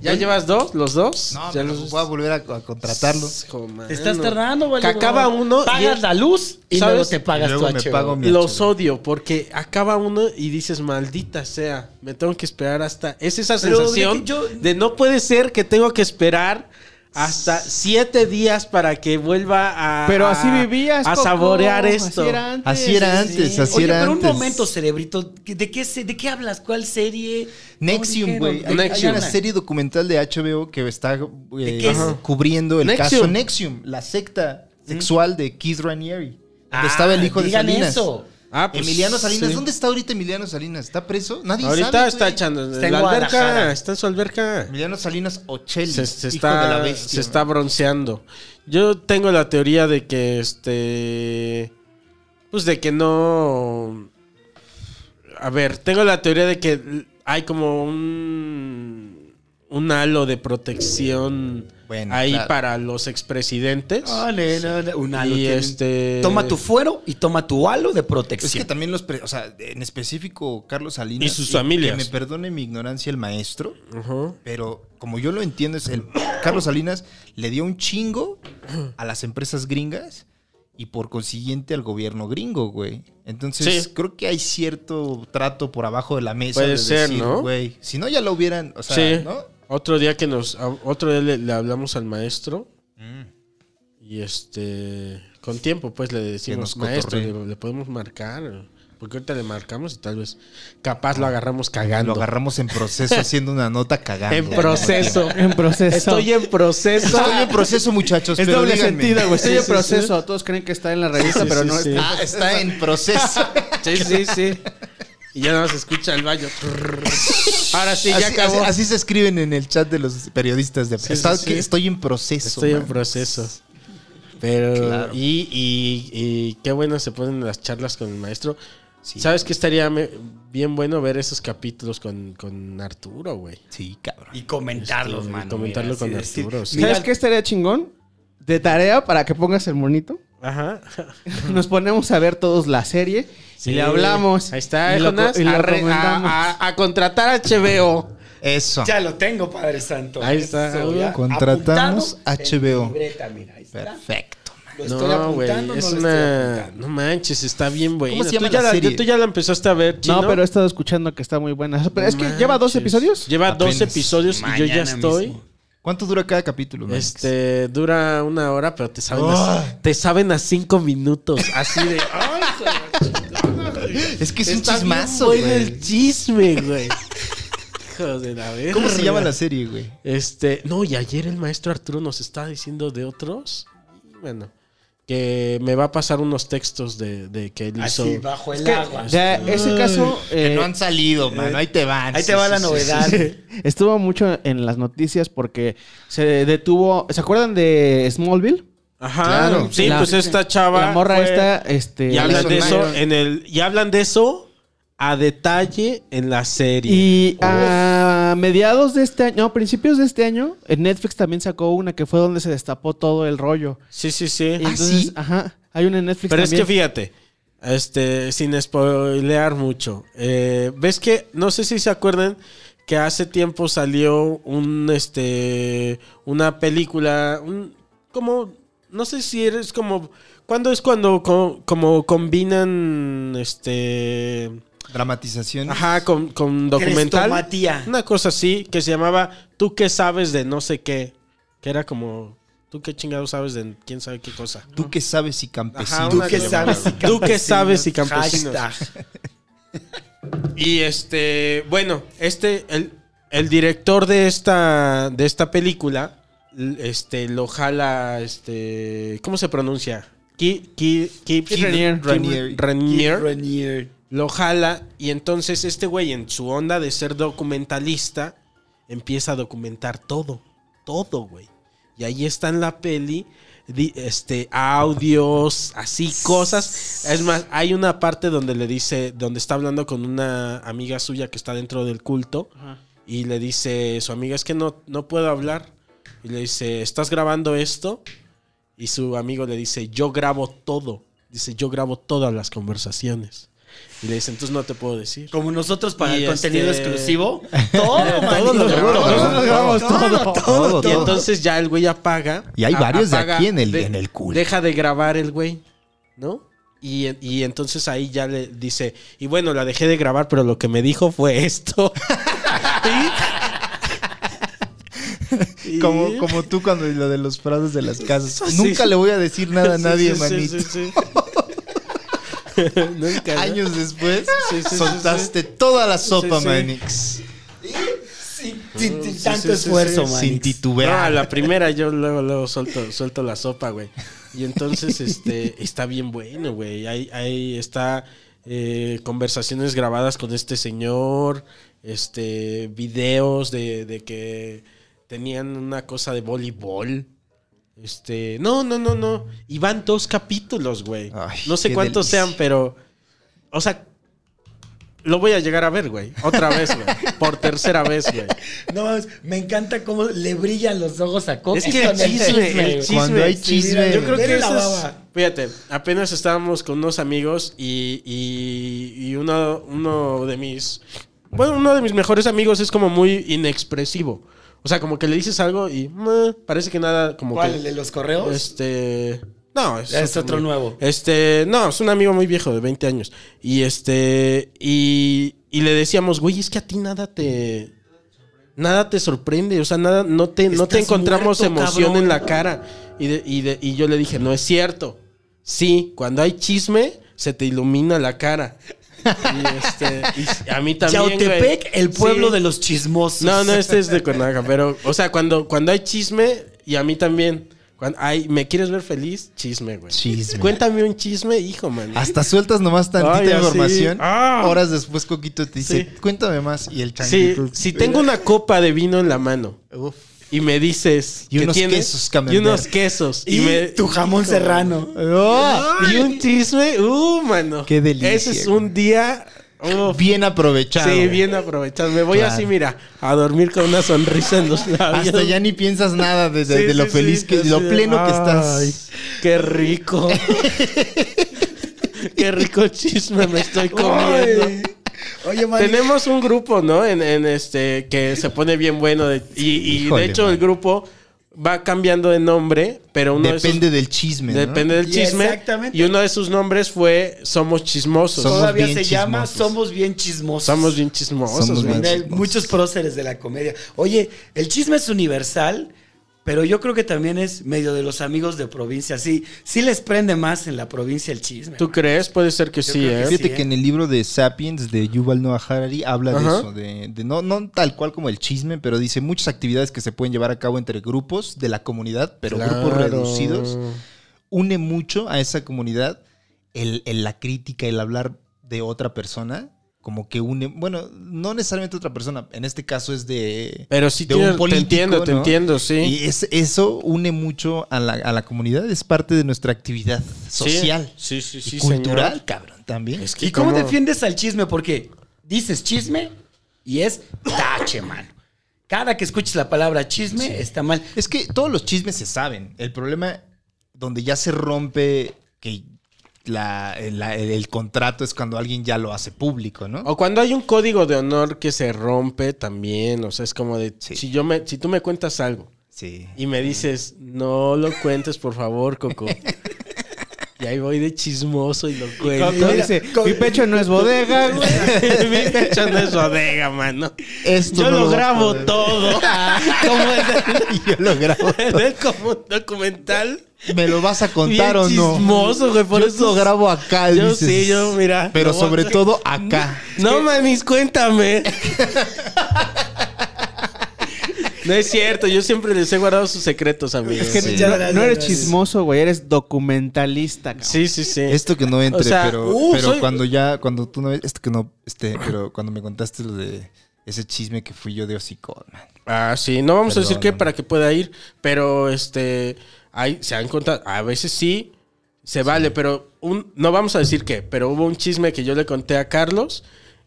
S6: ¿Ya llevas dos? ¿Los dos?
S4: No,
S6: ya
S4: pero
S6: los
S4: voy a volver a, a contratarlo.
S6: Hijo, mano.
S5: Te estás tardando, vale.
S6: acaba uno y-
S5: Pagas la luz y
S6: ¿Sabes?
S5: luego te pagas
S4: Y luego
S5: tu
S4: me
S5: HBO.
S4: pago mi
S6: Los
S4: HBO.
S6: odio porque acaba uno y dices, maldita sea, me tengo que esperar hasta... Es esa
S5: Pero de que
S6: sensación de,
S5: yo-
S6: no puede ser que tengo que esperar hasta siete días para que vuelva a...
S7: Pero
S6: a-
S7: así vivías.
S6: Ah, A
S7: Coco,
S6: saborear esto.
S7: Así era antes.
S4: Así era
S7: Sí, sí.
S4: antes, así
S5: Oye,
S4: era
S5: pero
S4: antes.
S5: un momento, cerebrito, ¿de qué, se- de qué hablas? ¿Cuál serie?
S4: Nexium,
S5: ¿Cómo
S4: güey.
S5: dijeron?
S4: Hay,
S5: ¿De
S4: hay
S5: qué
S4: una
S5: hablan?
S4: serie documental de HBO que está eh,
S5: ¿De qué es? Mm.
S4: ajá, cubriendo el
S6: Nexium.
S4: caso Nexium, la secta sexual de Keith Ranieri. Donde
S5: Ah,
S4: estaba el hijo de
S5: digan
S4: Salinas.
S5: eso.
S6: Ah, pues,
S4: Emiliano Salinas,
S6: sí.
S4: ¿dónde está ahorita Emiliano Salinas? ¿Está preso? Nadie
S6: Ahorita
S4: sabe,
S6: está
S4: güey.
S6: echando...
S5: Está en
S6: la alberca,
S5: Guadalajara.
S6: está en su alberca.
S4: Emiliano Salinas Ocelli,
S6: se, se
S4: hijo
S6: está,
S4: de la bestia.
S6: se está bronceando. Yo tengo la teoría de que este. Pues de que no. A ver, tengo la teoría de que hay como un. Un halo de protección
S4: Bueno,
S6: ahí
S4: claro.
S6: para los expresidentes.
S5: Ole, Ah, no, no, un halo
S6: y
S5: tienen.
S6: este.
S5: Toma tu fuero y toma tu halo de protección.
S4: Es que también los, pre- o sea, en específico Carlos Salinas
S6: Y sus
S4: Que
S6: familias.
S4: me perdone mi ignorancia el maestro,
S6: Ujú.
S4: pero como yo lo (coughs) entiendo es el Carlos Salinas le dio un chingo a las empresas gringas y por consiguiente al gobierno gringo, güey. Entonces,
S6: Sí.
S4: creo que hay cierto trato por abajo de la mesa.
S6: Puede
S4: de
S6: ser,
S4: decir,
S6: ¿no?
S4: Güey, si no ya lo hubieran, o sea,
S6: Sí.
S4: ¿no?
S6: Otro día que nos. a- Otro día le, le hablamos al maestro.
S4: Mm.
S6: Y este. Con tiempo, pues le decimos,
S4: nos
S6: maestro,
S4: cotorree".
S6: le, le podemos marcar. Porque ahorita le marcamos y tal vez. Capaz lo agarramos cagando.
S4: Ah. Lo agarramos en proceso haciendo una nota cagando.
S6: En proceso.
S7: En proceso.
S6: Estoy en proceso.
S4: Estoy en proceso, muchachos. Pues,
S7: es
S4: pero
S7: doble
S4: díganme.
S7: sentido, güey.
S6: Sí,
S7: Estoy en
S6: sí,
S7: proceso. Todos creen que está en la revista,
S6: Sí,
S7: pero
S6: sí,
S7: no
S6: sí.
S7: está.
S4: Ah, está en proceso.
S6: (laughs) Sí, sí, sí. Y ya nada más se escucha el
S4: (laughs)
S6: baño. Ahora sí, ya
S4: así,
S6: acabó.
S4: así- así se escriben en el chat de los periodistas de
S6: Sí,
S4: está-
S6: sí,
S4: que
S6: sí.
S4: Estoy en proceso.
S6: Estoy en
S4: man.
S6: proceso. Pero,
S4: Claro.
S6: y, y- y qué bueno se ponen las charlas con el maestro.
S4: Sí.
S6: ¿Sabes qué estaría me- bien bueno ver esos capítulos con, con Arturo, güey?
S4: Sí, cabrón.
S10: Y comentarlos,
S6: Este,
S10: mano.
S6: comentarlo
S10: mira,
S6: con
S10: así decir,
S6: Arturo, sí.
S10: mira,
S7: ¿Sabes qué estaría chingón? De tarea para que pongas el monito.
S6: Ajá.
S7: Nos ponemos a ver todos la serie y le hablamos.
S6: Ahí está,
S7: y lo,
S6: Jonas.
S7: y lo
S6: a, re-
S7: recomendamos.
S6: a- a- a contratar a HBO.
S4: Eso.
S10: Ya lo tengo, Padre Santo.
S6: Ahí está.
S10: ya,
S4: Contratamos
S10: apuntado en
S4: HBO.
S10: mi libreta, mira, ahí está.
S4: Perfecto.
S10: Lo estoy
S6: No, güey.
S10: apuntando, no
S6: Es
S10: lo estoy
S6: una.
S10: apuntando.
S6: No manches, está bien buena.
S4: se llama
S6: tú, ya
S4: la
S6: la,
S4: serie?
S6: tú ya la empezaste a ver, chino.
S7: No, pero he estado escuchando que está muy buena. Pero es que
S6: No
S7: lleva dos
S6: manches.
S7: episodios.
S6: Lleva dos
S4: Apenas.
S6: episodios y yo ya
S10: Mañana
S6: estoy.
S10: mismo.
S4: ¿Cuánto dura cada capítulo? man?
S6: Este dura una hora, pero te saben,
S4: Ah.
S6: a, te saben a cinco minutos. Así de. ¡Ay,
S4: Es que es un
S6: está bien
S4: chismazo,
S6: bueno
S4: güey.
S6: el chisme, güey. (laughs) Hijo de la verga.
S4: ¿Cómo se llama la serie, güey?
S6: Este. No, y ayer el maestro Arturo nos estaba diciendo de otros. Bueno, que me va a pasar unos textos de, de que él hizo.
S10: Así, bajo el
S7: Es que,
S10: agua.
S7: ya, ese caso eh,
S4: salido, mano. Ahí te van.
S10: Ahí te va la novedad.
S7: estuvo mucho en las noticias porque se detuvo. ¿Se acuerdan de Smallville?
S6: Ajá.
S4: Claro.
S6: Sí,
S7: La-
S6: pues esta chava.
S7: La morra
S6: fue-
S7: esta, este.
S6: Y hablan
S4: Alison
S6: de eso
S4: Mayer.
S6: en el. Y hablan de eso a detalle en la serie.
S7: Y a
S6: Oh.
S7: mediados de este año, no, principios de este año, en Netflix también sacó una que fue donde se destapó todo el rollo.
S6: Sí, sí, ¿Ah, sí.
S7: Y entonces,
S4: sí?
S7: ajá, hay una en Netflix
S6: Pero
S7: también.
S6: es que fíjate, este, sin spoilear mucho, eh, ves que, no sé si se acuerdan que hace tiempo salió un, este, una película, un, como, no sé si eres como, ¿cuándo es cuando co- como combinan, este,
S4: Dramatización.
S6: ajá, con, con documental?
S10: Crestomatía.
S6: Una cosa así que se llamaba Tú qué sabes de no sé qué, que era como, ¿tú qué chingado sabes de quién sabe qué cosa?
S4: Tú que sabes y campesino.
S6: Ajá,
S10: Pues Tú
S6: una
S10: que
S6: que-
S10: sabes y
S6: Tú que sabes y campesinos.
S10: Hashtag.
S6: Y este, bueno, este, el, el director de esta, de esta película, l- este, lo jala, este, ¿cómo se pronuncia? Ki, Ki- Ki-
S7: Keith Raniere.
S6: Kim
S4: Raniere.
S6: Raniere.
S10: Renier.
S6: Lo jala y entonces este güey en su onda de ser documentalista empieza a documentar todo, todo, güey. Y ahí está en la peli, di- este, audios, así, cosas. Es más, hay una parte donde le dice, donde está hablando con una amiga suya que está dentro del culto y le dice, su amiga es que no, no puedo hablar. Y le dice, ¿estás grabando esto? Y su amigo le dice, yo grabo todo. Dice, yo grabo todas las conversaciones. Y le dice, entonces no te puedo decir.
S10: Como nosotros para
S6: Y
S10: el contenido
S6: este- (laughs)
S10: exclusivo. Todo, manito,
S6: lo grabamos,
S10: todo.
S6: lo
S4: grabamos
S10: todo,
S4: todo,
S6: Y
S4: todo.
S6: entonces ya el güey apaga.
S4: Y hay
S6: a-
S4: varios de
S6: apaga,
S4: aquí en el,
S6: de-
S4: en el culo.
S6: Deja de grabar el güey, ¿no? Y, y entonces ahí ya le dice, y bueno, la dejé de grabar, pero lo que me dijo fue esto. (laughs) Y-
S4: Como,
S6: (laughs)
S4: como tú cuando lo de los frases de las casas.
S6: Sí.
S4: Nunca le voy a decir nada a
S6: Sí,
S4: nadie,
S6: sí, sí,
S4: manito.
S6: sí, sí. (laughs) Nunca, ¿no?
S4: Años después,
S6: Sí, sí, sí,
S4: soltaste toda la sopa,
S6: Sí, sí.
S4: Manix.
S10: Sin- sin
S6: Sí, sí,
S10: Tanto
S6: sí,
S10: esfuerzo,
S6: sí.
S10: man.
S4: Sin
S6: No, a
S4: titubear.
S6: la primera yo luego, luego suelto, suelto la sopa, güey. Y entonces, este, está bien bueno, güey. Ahí, ahí está eh, conversaciones grabadas con este señor, este, videos de, de que tenían una cosa de voleibol. Este, no, no, no, no. Y van dos capítulos, güey.
S4: Ay,
S6: No sé
S4: qué
S6: cuántos
S4: delicia.
S6: sean, pero, o sea, lo voy a llegar a ver, güey. Otra vez, güey. Por tercera vez, güey.
S10: No mames, me encanta cómo le brillan los ojos a Coco.
S6: Es que el
S10: con
S6: chisme, el
S10: güey.
S6: chisme.
S4: Cuando hay chisme.
S10: mira,
S6: Yo creo
S10: Vele
S6: que
S10: la
S6: eso es-
S10: baba.
S6: Fíjate, apenas estábamos con unos amigos y, y- y uno, uno de mis... Bueno, uno de mis mejores amigos es como muy inexpresivo. O sea, como que le dices algo y meh, parece que nada, como
S10: ¿Cuál?
S6: que...
S10: ¿El de los correos?
S6: Este... No, es,
S5: Es otro
S6: güey.
S5: nuevo.
S6: Este, no, es un amigo muy viejo de 20 años. Y este, y, y le decíamos, güey, es que a ti nada te. Nada te sorprende, o sea, nada, no te, no te
S5: Estás
S6: encontramos
S5: muerto,
S6: emoción
S5: cabrón.
S6: en la cara. Y, de- y, de- y yo le dije, no es cierto. Sí, cuando hay chisme, se te ilumina la cara. Y este, y a
S5: (laughs)
S6: mí también. güey.
S5: Chautepec, el pueblo
S6: Sí.
S5: de los chismosos.
S4: (laughs)
S6: No, no, este es de Cuernavaca, pero, o sea, cuando, cuando hay chisme, y a mí también, cuando hay, ¿me quieres ver feliz? Chisme, güey.
S4: Chisme.
S6: Cuéntame un chisme, hijo, man.
S4: Hasta sueltas nomás tantita
S6: Ay, así.
S4: información.
S6: Ah.
S4: Horas después Coquito te dice,
S6: Sí.
S4: cuéntame más. Y el
S6: Sí,
S4: changuito...
S6: si tengo una copa de vino en la mano
S4: Uf.
S6: y me dices
S4: Y
S6: que
S4: unos
S6: tienes-
S4: quesos
S6: y
S4: camembert.
S6: unos quesos y,
S5: Y
S6: me-
S5: tu
S4: (laughs)
S5: jamón serrano.
S4: ¡Oh!
S6: y un chisme, uh, mano.
S4: Qué delicia,
S6: Ese es
S4: güey.
S6: un día uf,
S4: Bien aprovechado.
S6: Sí, bien aprovechado. Me voy
S4: Claro.
S6: así, mira, a dormir con una sonrisa en los labios.
S4: Hasta ya ni piensas nada de, de-
S6: Sí,
S4: de lo
S6: sí,
S4: feliz
S6: sí,
S4: que...
S6: así
S4: lo
S6: de,
S4: pleno que
S6: "Ay,
S4: estás. (laughs)
S6: Qué rico. qué rico chisme me estoy comiendo.
S5: Oye, man.
S6: Tenemos un grupo, ¿no? En, en este que se pone bien bueno de- y, y
S4: Híjole,
S6: de hecho el
S4: man.
S6: grupo va cambiando de nombre, pero uno de
S4: Depende del chisme,
S6: sus,
S4: ¿no?
S6: depende del
S5: Y
S6: chisme
S5: exactamente.
S6: y uno de sus nombres fue Somos chismosos.
S4: Somos
S6: Somos,
S5: Todavía se
S4: bien
S5: llama
S4: chismosos.
S5: Somos bien chismosos.
S6: bien chismosos.
S4: Somos
S6: güey.
S4: bien
S5: Hay muchos próceres de la comedia. Oye, el chisme es universal, pero yo creo que también es medio de los amigos de provincia. Sí, sí les prende más en la provincia el chisme.
S6: ¿Tú crees? Puede ser que sí,
S5: creo
S6: ¿eh?
S5: que
S4: Fíjate
S5: Sí,
S4: que
S5: ¿eh?
S4: en el libro de Sapiens de Yuval Noah Harari habla
S6: Ajá.
S4: de eso, de, de no, no tal cual como el chisme, pero dice muchas actividades que se pueden llevar a cabo entre grupos de la comunidad, pero grupos
S6: Claro.
S4: reducidos. Une mucho a esa comunidad el, el- la crítica, el hablar de otra persona, como que une, bueno, no necesariamente otra persona, en este caso es de...
S6: Pero sí
S4: de
S6: tiene-
S4: un político,
S6: te entiendo, te
S4: ¿no?
S6: entiendo, Eh, sí.
S4: Y es, eso une mucho a la, a la comunidad, es parte de nuestra actividad
S6: Sí,
S4: social
S6: Sí, sí, sí,
S4: y
S6: señor.
S4: cultural, cabrón, también.
S6: Es que
S5: ¿Y cómo
S6: como-
S5: defiendes al chisme? Porque dices chisme y es tache, mano. Cada que escuches la palabra chisme está mal.
S4: Es que todos los chismes se saben. El problema donde ya se rompe que la- la- el, el contrato es cuando alguien ya lo hace público, ¿no?
S6: O cuando hay un código de honor que se rompe también, o sea, es como de
S4: Sí.
S6: si yo me si tú me cuentas algo
S4: Sí.
S6: y me dices, "No lo cuentes, por favor, Coco." y ahí voy de chismoso y lo
S7: (laughs)
S6: cuento.
S7: Coco dice, mi pecho no
S6: (laughs)
S7: es bodega, güey.
S6: Mi pecho no es bodega, mano.
S4: Esto
S6: Yo
S4: no
S6: lo
S4: vas a
S6: grabo
S4: (laughs) poder-
S6: todo.
S4: ¿Cómo es? (laughs) Yo lo grabo.
S6: (laughs) Es como un documental.
S4: ¿Me lo vas a
S6: Bien
S4: contar o no?
S6: chismoso, güey, por
S4: Yo
S6: eso
S4: lo grabo acá,
S6: Yo
S4: dices.
S6: sí, yo mira.
S4: Pero
S6: lo voy a-
S4: sobre todo acá.
S6: No mamis, cuéntame. (laughs) No es cierto, yo siempre les he guardado sus secretos, amigos.
S7: Es que
S4: Sí.
S7: no, no eres chismoso, güey, eres documentalista, cabrón.
S6: Sí, sí, sí.
S4: Esto que no entre,
S6: O sea,
S4: pero,
S6: uh,
S4: pero
S6: soy-
S4: cuando ya, cuando tú no ves, esto que no, este, pero cuando me contaste lo de ese chisme que fui yo de hocicón, man.
S6: Ah, sí, no vamos a decir que
S4: Perdóname.
S6: para que pueda ir, pero este hay, se han contado, a veces sí se vale, pero un, no vamos a decir qué, pero hubo un chisme que yo le conté a Carlos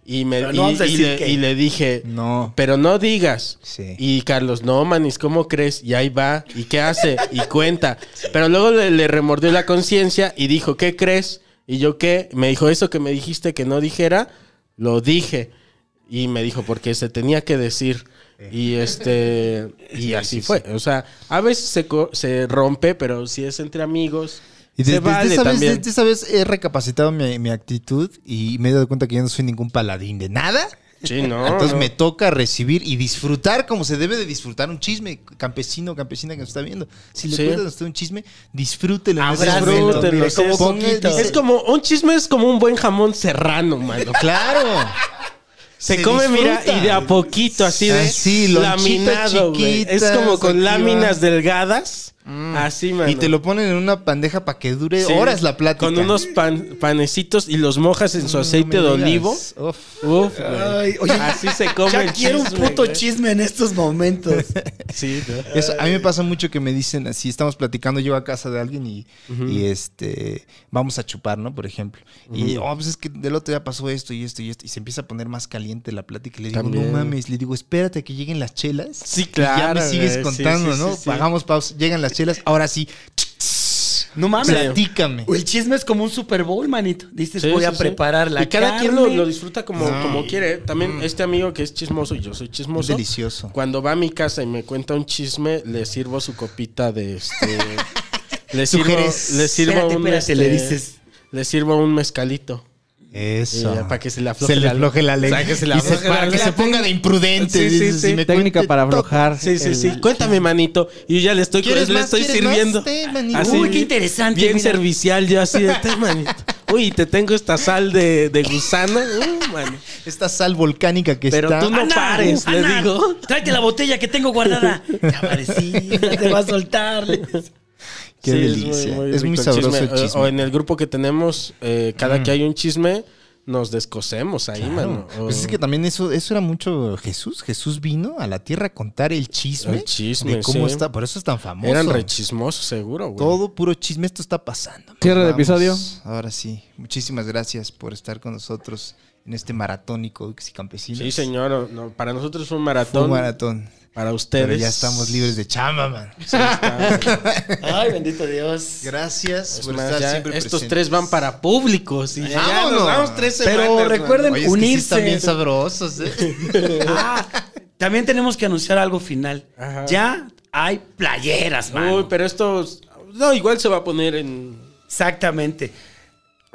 S6: y me
S5: Pero
S6: y,
S5: no vamos a
S6: y
S5: decir
S6: le,
S5: qué.
S6: y le dije,
S4: No.
S6: pero no digas.
S4: Sí.
S6: Y Carlos, no, manis, ¿cómo crees? Y ahí va, ¿y qué hace? Y
S4: (laughs)
S6: cuenta. Pero luego le, le remordió la conciencia y dijo, ¿qué crees? Y yo, ¿qué? Me dijo, eso que me dijiste que no dijera, lo dije. Y me dijo, porque se tenía que decir. Y este, y así fue. O sea, a veces se, co- se rompe, pero si es entre amigos,
S4: Y
S6: se
S4: desde, desde
S6: vale
S4: esa vez,
S6: también.
S4: desde esa vez he recapacitado mi, mi actitud y me he dado cuenta que yo no soy ningún paladín de nada.
S6: Sí, no,
S4: Entonces
S6: no.
S4: me toca recibir y disfrutar como se debe de disfrutar un chisme, campesino, campesina que nos está viendo. Si le
S6: Sí.
S4: cuentan a usted un chisme, disfrútelo. en ese
S5: Abrácenlo,
S4: momento.
S6: Disfrútenlo,
S5: mire, como
S4: Ponga-
S5: Coquito.
S4: dice-
S6: Es como, un chisme es como un buen jamón serrano, mano.
S4: Claro.
S6: (laughs) Se, come, mira, y pues, de a poquito, así de
S4: Así, lonchita
S6: laminado, güey. Es
S4: chiquitas,
S6: como con
S4: aquí
S6: láminas
S4: va.
S6: delgadas,
S5: Mm,
S6: así, mano.
S4: Y te lo ponen en una pandeja para que dure
S6: Sí.
S4: horas la plática.
S6: Con unos pan- panecitos y los mojas en su aceite
S4: No me
S6: de
S4: digas.
S6: olivo.
S4: Uf.
S6: Uf, güey.
S5: Ay, oye,
S6: así se come
S5: ya
S6: el
S5: quiero
S6: chisme,
S5: un puto
S6: güey.
S5: chisme en estos momentos.
S6: Sí, ¿no?
S4: Eso, a mí me pasa mucho que me dicen así, estamos platicando, yo a casa de alguien y, y, este, vamos a chupar, ¿no? Por ejemplo. Y, oh, pues es que del otro día pasó esto y esto y esto. Y se empieza a poner más caliente la plática. Y le digo,
S6: También.
S4: no mames, le digo, espérate a que lleguen las chelas.
S6: Sí,
S4: Y ya
S6: claro,
S4: me sigues
S6: güey. Sí,
S4: contando,
S6: sí,
S4: ¿no?
S6: sí, sí.
S4: Pagamos pausa, llegan las chelas, ahora sí.
S5: No mames.
S4: Platícame.
S5: El chisme es como un Super Bowl, manito. Dices,
S6: Sí,
S5: voy
S6: sí,
S5: a
S6: sí.
S5: preparar la
S6: Y cada quien lo,
S5: carne.
S6: lo disfruta como,
S4: No.
S6: como quiere. También este amigo que es chismoso, y yo soy
S4: Es
S6: chismoso.
S4: delicioso. (laughs)
S6: Cuando va a mi casa y me cuenta un chisme, le sirvo su copita de este Le sirvo, le sirvo
S5: Espérate,
S6: un. este,
S5: espérate, le dices.
S6: le sirvo un mezcalito. Y
S4: Eso.
S6: ya, para que se le afloje
S4: se le
S6: la-
S4: afloje la lengua.
S6: O sea, que se le
S4: Y se-
S6: afloje la
S4: para que
S6: lengua.
S4: se ponga de imprudente.
S6: Sí, sí,
S4: dices,
S6: sí.
S4: "Si me
S7: Técnica
S4: cuente
S7: para
S4: todo".
S7: aflojar.
S6: Sí, sí,
S7: el-
S6: sí. Cuéntame, manito. Y yo ya le estoy,
S4: ¿Quieres
S6: le
S4: más?
S6: estoy
S4: ¿Quieres
S6: sirviendo.
S4: más té, manito?
S6: Así,
S5: Uy, qué interesante,
S6: ah, Bien
S5: mira.
S6: servicial, yo así de té, manito. Uy, te tengo esta sal de, de gusano. Uh, mano.
S4: Esta sal volcánica que
S6: Pero
S4: está.
S6: tú no
S5: Ana,
S6: pares, le
S5: Ana,
S6: digo.
S5: Tráete la botella que tengo guardada. Ya parecía, te va a soltar.
S4: Qué
S6: Sí, es muy-
S4: delicia. Es muy,
S6: rico el
S4: sabroso el
S6: chisme. Eh,
S4: chisme.
S6: O, o en el grupo que tenemos, eh, cada que hay un chisme, nos descosemos ahí, mano. O-
S4: Pues es que también eso, eso era mucho Jesús. Jesús vino a la tierra a contar el chisme.
S6: El chisme,
S4: De cómo
S6: sí.
S4: está. Por eso es tan famoso.
S6: Eran rechismosos, seguro, güey.
S4: Todo puro chisme. Esto está pasando.
S7: Cierre de
S4: Vamos,
S7: episodio.
S4: Ahora sí. Muchísimas gracias por estar con nosotros en este maratónico y campesinos.
S6: Sí, señor. o- no, para nosotros fue un maratón.
S4: Fue un maratón.
S6: Para ustedes.
S4: Pero ya estamos libres de chamba, man.
S6: Sí,
S4: (laughs)
S6: está, güey.
S5: Ay, bendito Dios.
S4: Gracias
S6: Es
S4: por
S6: más,
S4: estar
S6: ya
S4: siempre
S6: estos
S4: presentes.
S6: tres van para públicos. Y ya
S4: ¡Vámonos!
S6: nos vamos tres semanas.
S5: Pero
S6: mano.
S5: recuerden
S4: Oye, es que sí
S5: unirse.
S4: están bien sabrosos, ¿eh?
S6: (laughs)
S5: Ah, también tenemos que anunciar algo final.
S6: Ajá.
S5: Ya hay playeras, mano.
S6: Uy, pero esto. No, igual se va a poner en.
S5: Exactamente.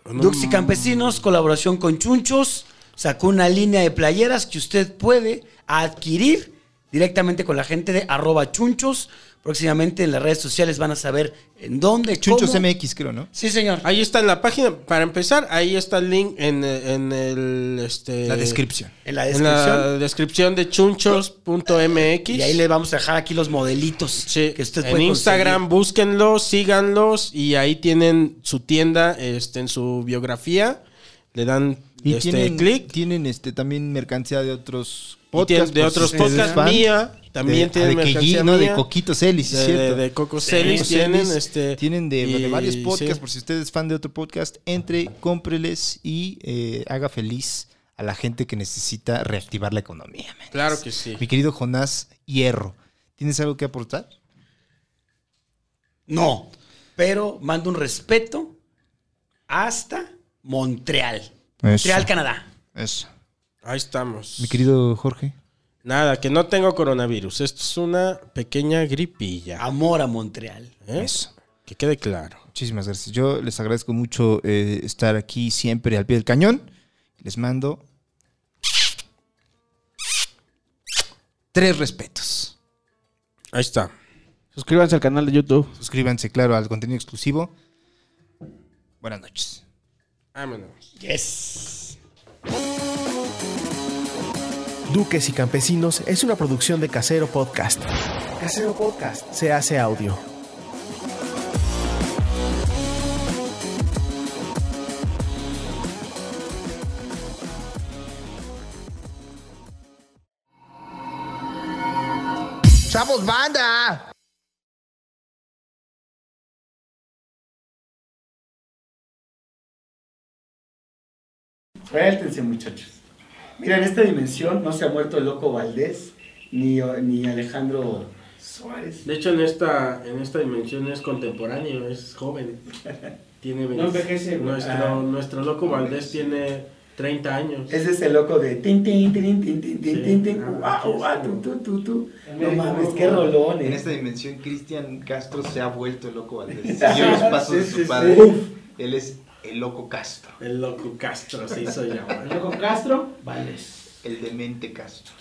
S6: en un-
S5: Dux y Campesinos, colaboración con Chunchos, sacó una línea de playeras que usted puede adquirir directamente con la gente de arroba chunchos. Próximamente en las redes sociales van a saber en dónde.
S4: Chunchos
S5: cómo.
S4: MX, creo, ¿no?
S5: Sí, señor.
S6: Ahí está en la página. Para empezar, ahí está el link en, en el. Este,
S4: La descripción.
S5: En la
S6: En
S5: descripción.
S6: la descripción de chunchos.mx.
S5: Y ahí les vamos a dejar aquí los modelitos
S6: Sí,
S5: que usted
S6: en
S5: puede
S6: Instagram búsquenlos, síganlos y ahí tienen su tienda este, en su biografía. Le dan
S4: Y
S6: este
S4: tienen,
S6: clic.
S4: tienen este también mercancía de otros
S6: Y tienen
S4: podcasts.
S6: de
S4: por
S6: otros
S4: si ustedes
S6: podcasts
S4: van.
S6: mía. También
S4: de,
S6: tienen
S4: ah, de
S6: mercancía
S4: Keiji, ¿no?
S6: mía.
S4: de Coquito Celis, sí,
S6: de, de-
S4: cierto.
S6: de Coco
S4: Sí,
S6: Celis
S4: Coco
S6: tienen
S4: Celis.
S6: este
S4: tienen de, de
S6: y-
S4: varios
S6: sí.
S4: podcasts, por si usted es fan de otro podcast, entre, cómpreles y eh, haga feliz a la gente que necesita reactivar la economía. man.
S6: Claro que sí.
S4: Mi querido Jonás Hierro, ¿tienes algo que aportar?
S5: No, pero mando un respeto hasta Montreal. Montreal, Canadá.
S4: Eso.
S6: Ahí estamos.
S4: Mi querido Jorge.
S6: Nada, que no tengo coronavirus. Esto es una pequeña gripilla.
S5: Amor a Montreal.
S6: ¿eh?
S4: Ah, Eso.
S6: Que quede claro.
S4: Muchísimas gracias. Yo les agradezco mucho eh, estar aquí siempre al pie del cañón. Les mando tres respetos.
S6: Ahí está.
S7: Suscríbanse al canal de YouTube.
S4: Suscríbanse, claro, al contenido exclusivo. Buenas noches.
S6: Vámonos.
S5: Yes.
S1: Duques y Campesinos es una producción de Casero Podcast. Casero Podcast se hace audio.
S4: ¡Chavos, banda!
S10: Suéltense, muchachos. Mira, en esta dimensión no se ha muerto el loco Valdés ni, ni Alejandro Suárez.
S6: De hecho, en esta, en esta dimensión es contemporáneo, es
S10: (laughs)
S6: joven. Tiene
S10: No envejece, güey.
S6: Nuestro,
S10: Ah.
S6: nuestro loco Valdés tiene 30 años.
S10: Ese es el loco de tin, tin, tin, tin, tin, tin, tin, tin,
S6: Ah,
S10: uá,
S6: aquí
S10: uá,
S6: está.
S10: tu, tu, tu, tu. No mames, qué rolón,
S11: En
S10: eh.
S6: este
S11: esta dimensión, Cristian Castro se ha vuelto el loco Valdés. Siguió los pasos
S10: (laughs)
S11: de
S10: Sí,
S11: su
S10: sí,
S11: padre.
S10: sí.
S11: Él es el loco Castro,
S6: El loco Castro se hizo llamar.
S10: Loco Castro, Valdés.
S11: el demente Castro.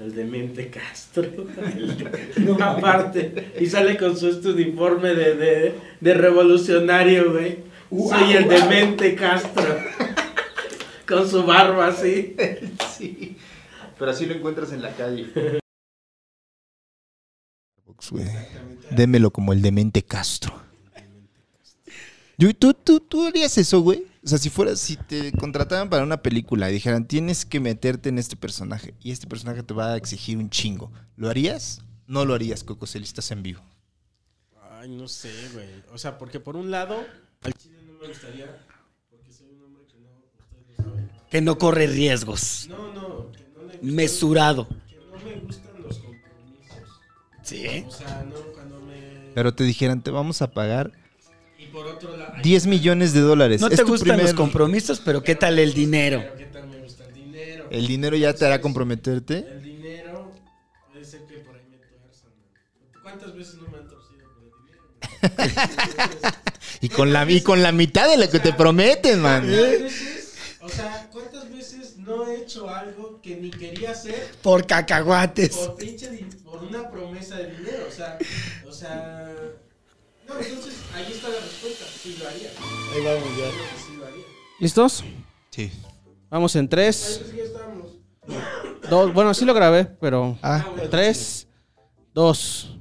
S6: El demente Castro. (laughs) Aparte. Y sale con su este uniforme de, de, de revolucionario, güey. Soy el demente Castro. Con su barba así.
S11: Sí, pero así lo encuentras en la calle.
S4: Starbucks, güey. Démelo como el demente Castro. Yo- ¿tú, tú, tú harías eso, güey? O sea, si fuera, si te contrataban para una película y dijeran, tienes que meterte en este personaje y este personaje te va a exigir un chingo, ¿lo harías? No lo harías, Coco Celis, estás en vivo.
S6: Ay, no sé, güey. O sea, porque por un lado, al chile no me gustaría. Porque soy un hombre que no. Ustedes lo saben.
S5: Que no corre riesgos.
S6: No, no. Que no, le gustan-
S5: Mesurado.
S6: que no me gustan los compromisos.
S5: Sí.
S6: O sea, no cuando me.
S4: Pero te dijeran, te vamos a pagar
S6: Y por otro lado. ay,
S4: 10 millones de dólares.
S5: No
S4: Es
S5: te
S4: tu
S5: gustan los
S4: primer-
S5: compromisos, pero ¿qué tal el dinero?
S6: Pero qué tal me gusta el dinero.
S4: El dinero ya te hará comprometerte.
S6: El dinero puede ser que por ahí me tuerzan. güey.
S7: ¿Cuántas veces no me han torcido por el dinero?
S4: Y con, la, y con la mitad de lo que te prometen, man.
S7: ¿Cuántas
S6: (laughs)
S7: veces? O sea, ¿cuántas veces no he hecho algo que ni quería hacer
S5: Por cacahuates.
S12: Pues,
S7: por pinche di- por una promesa de dinero? O sea, o sea. No, entonces ahí está la respuesta. Sí lo haría.
S5: Ahí vamos ya.
S7: Creo que sí lo haría.
S12: ¿Listos?
S4: Sí.
S12: Vamos en
S7: Ahí
S12: tres,
S7: sí ya estábamos.
S12: dos. Bueno, sí lo grabé, pero.
S4: Ah,
S12: Tres, dos,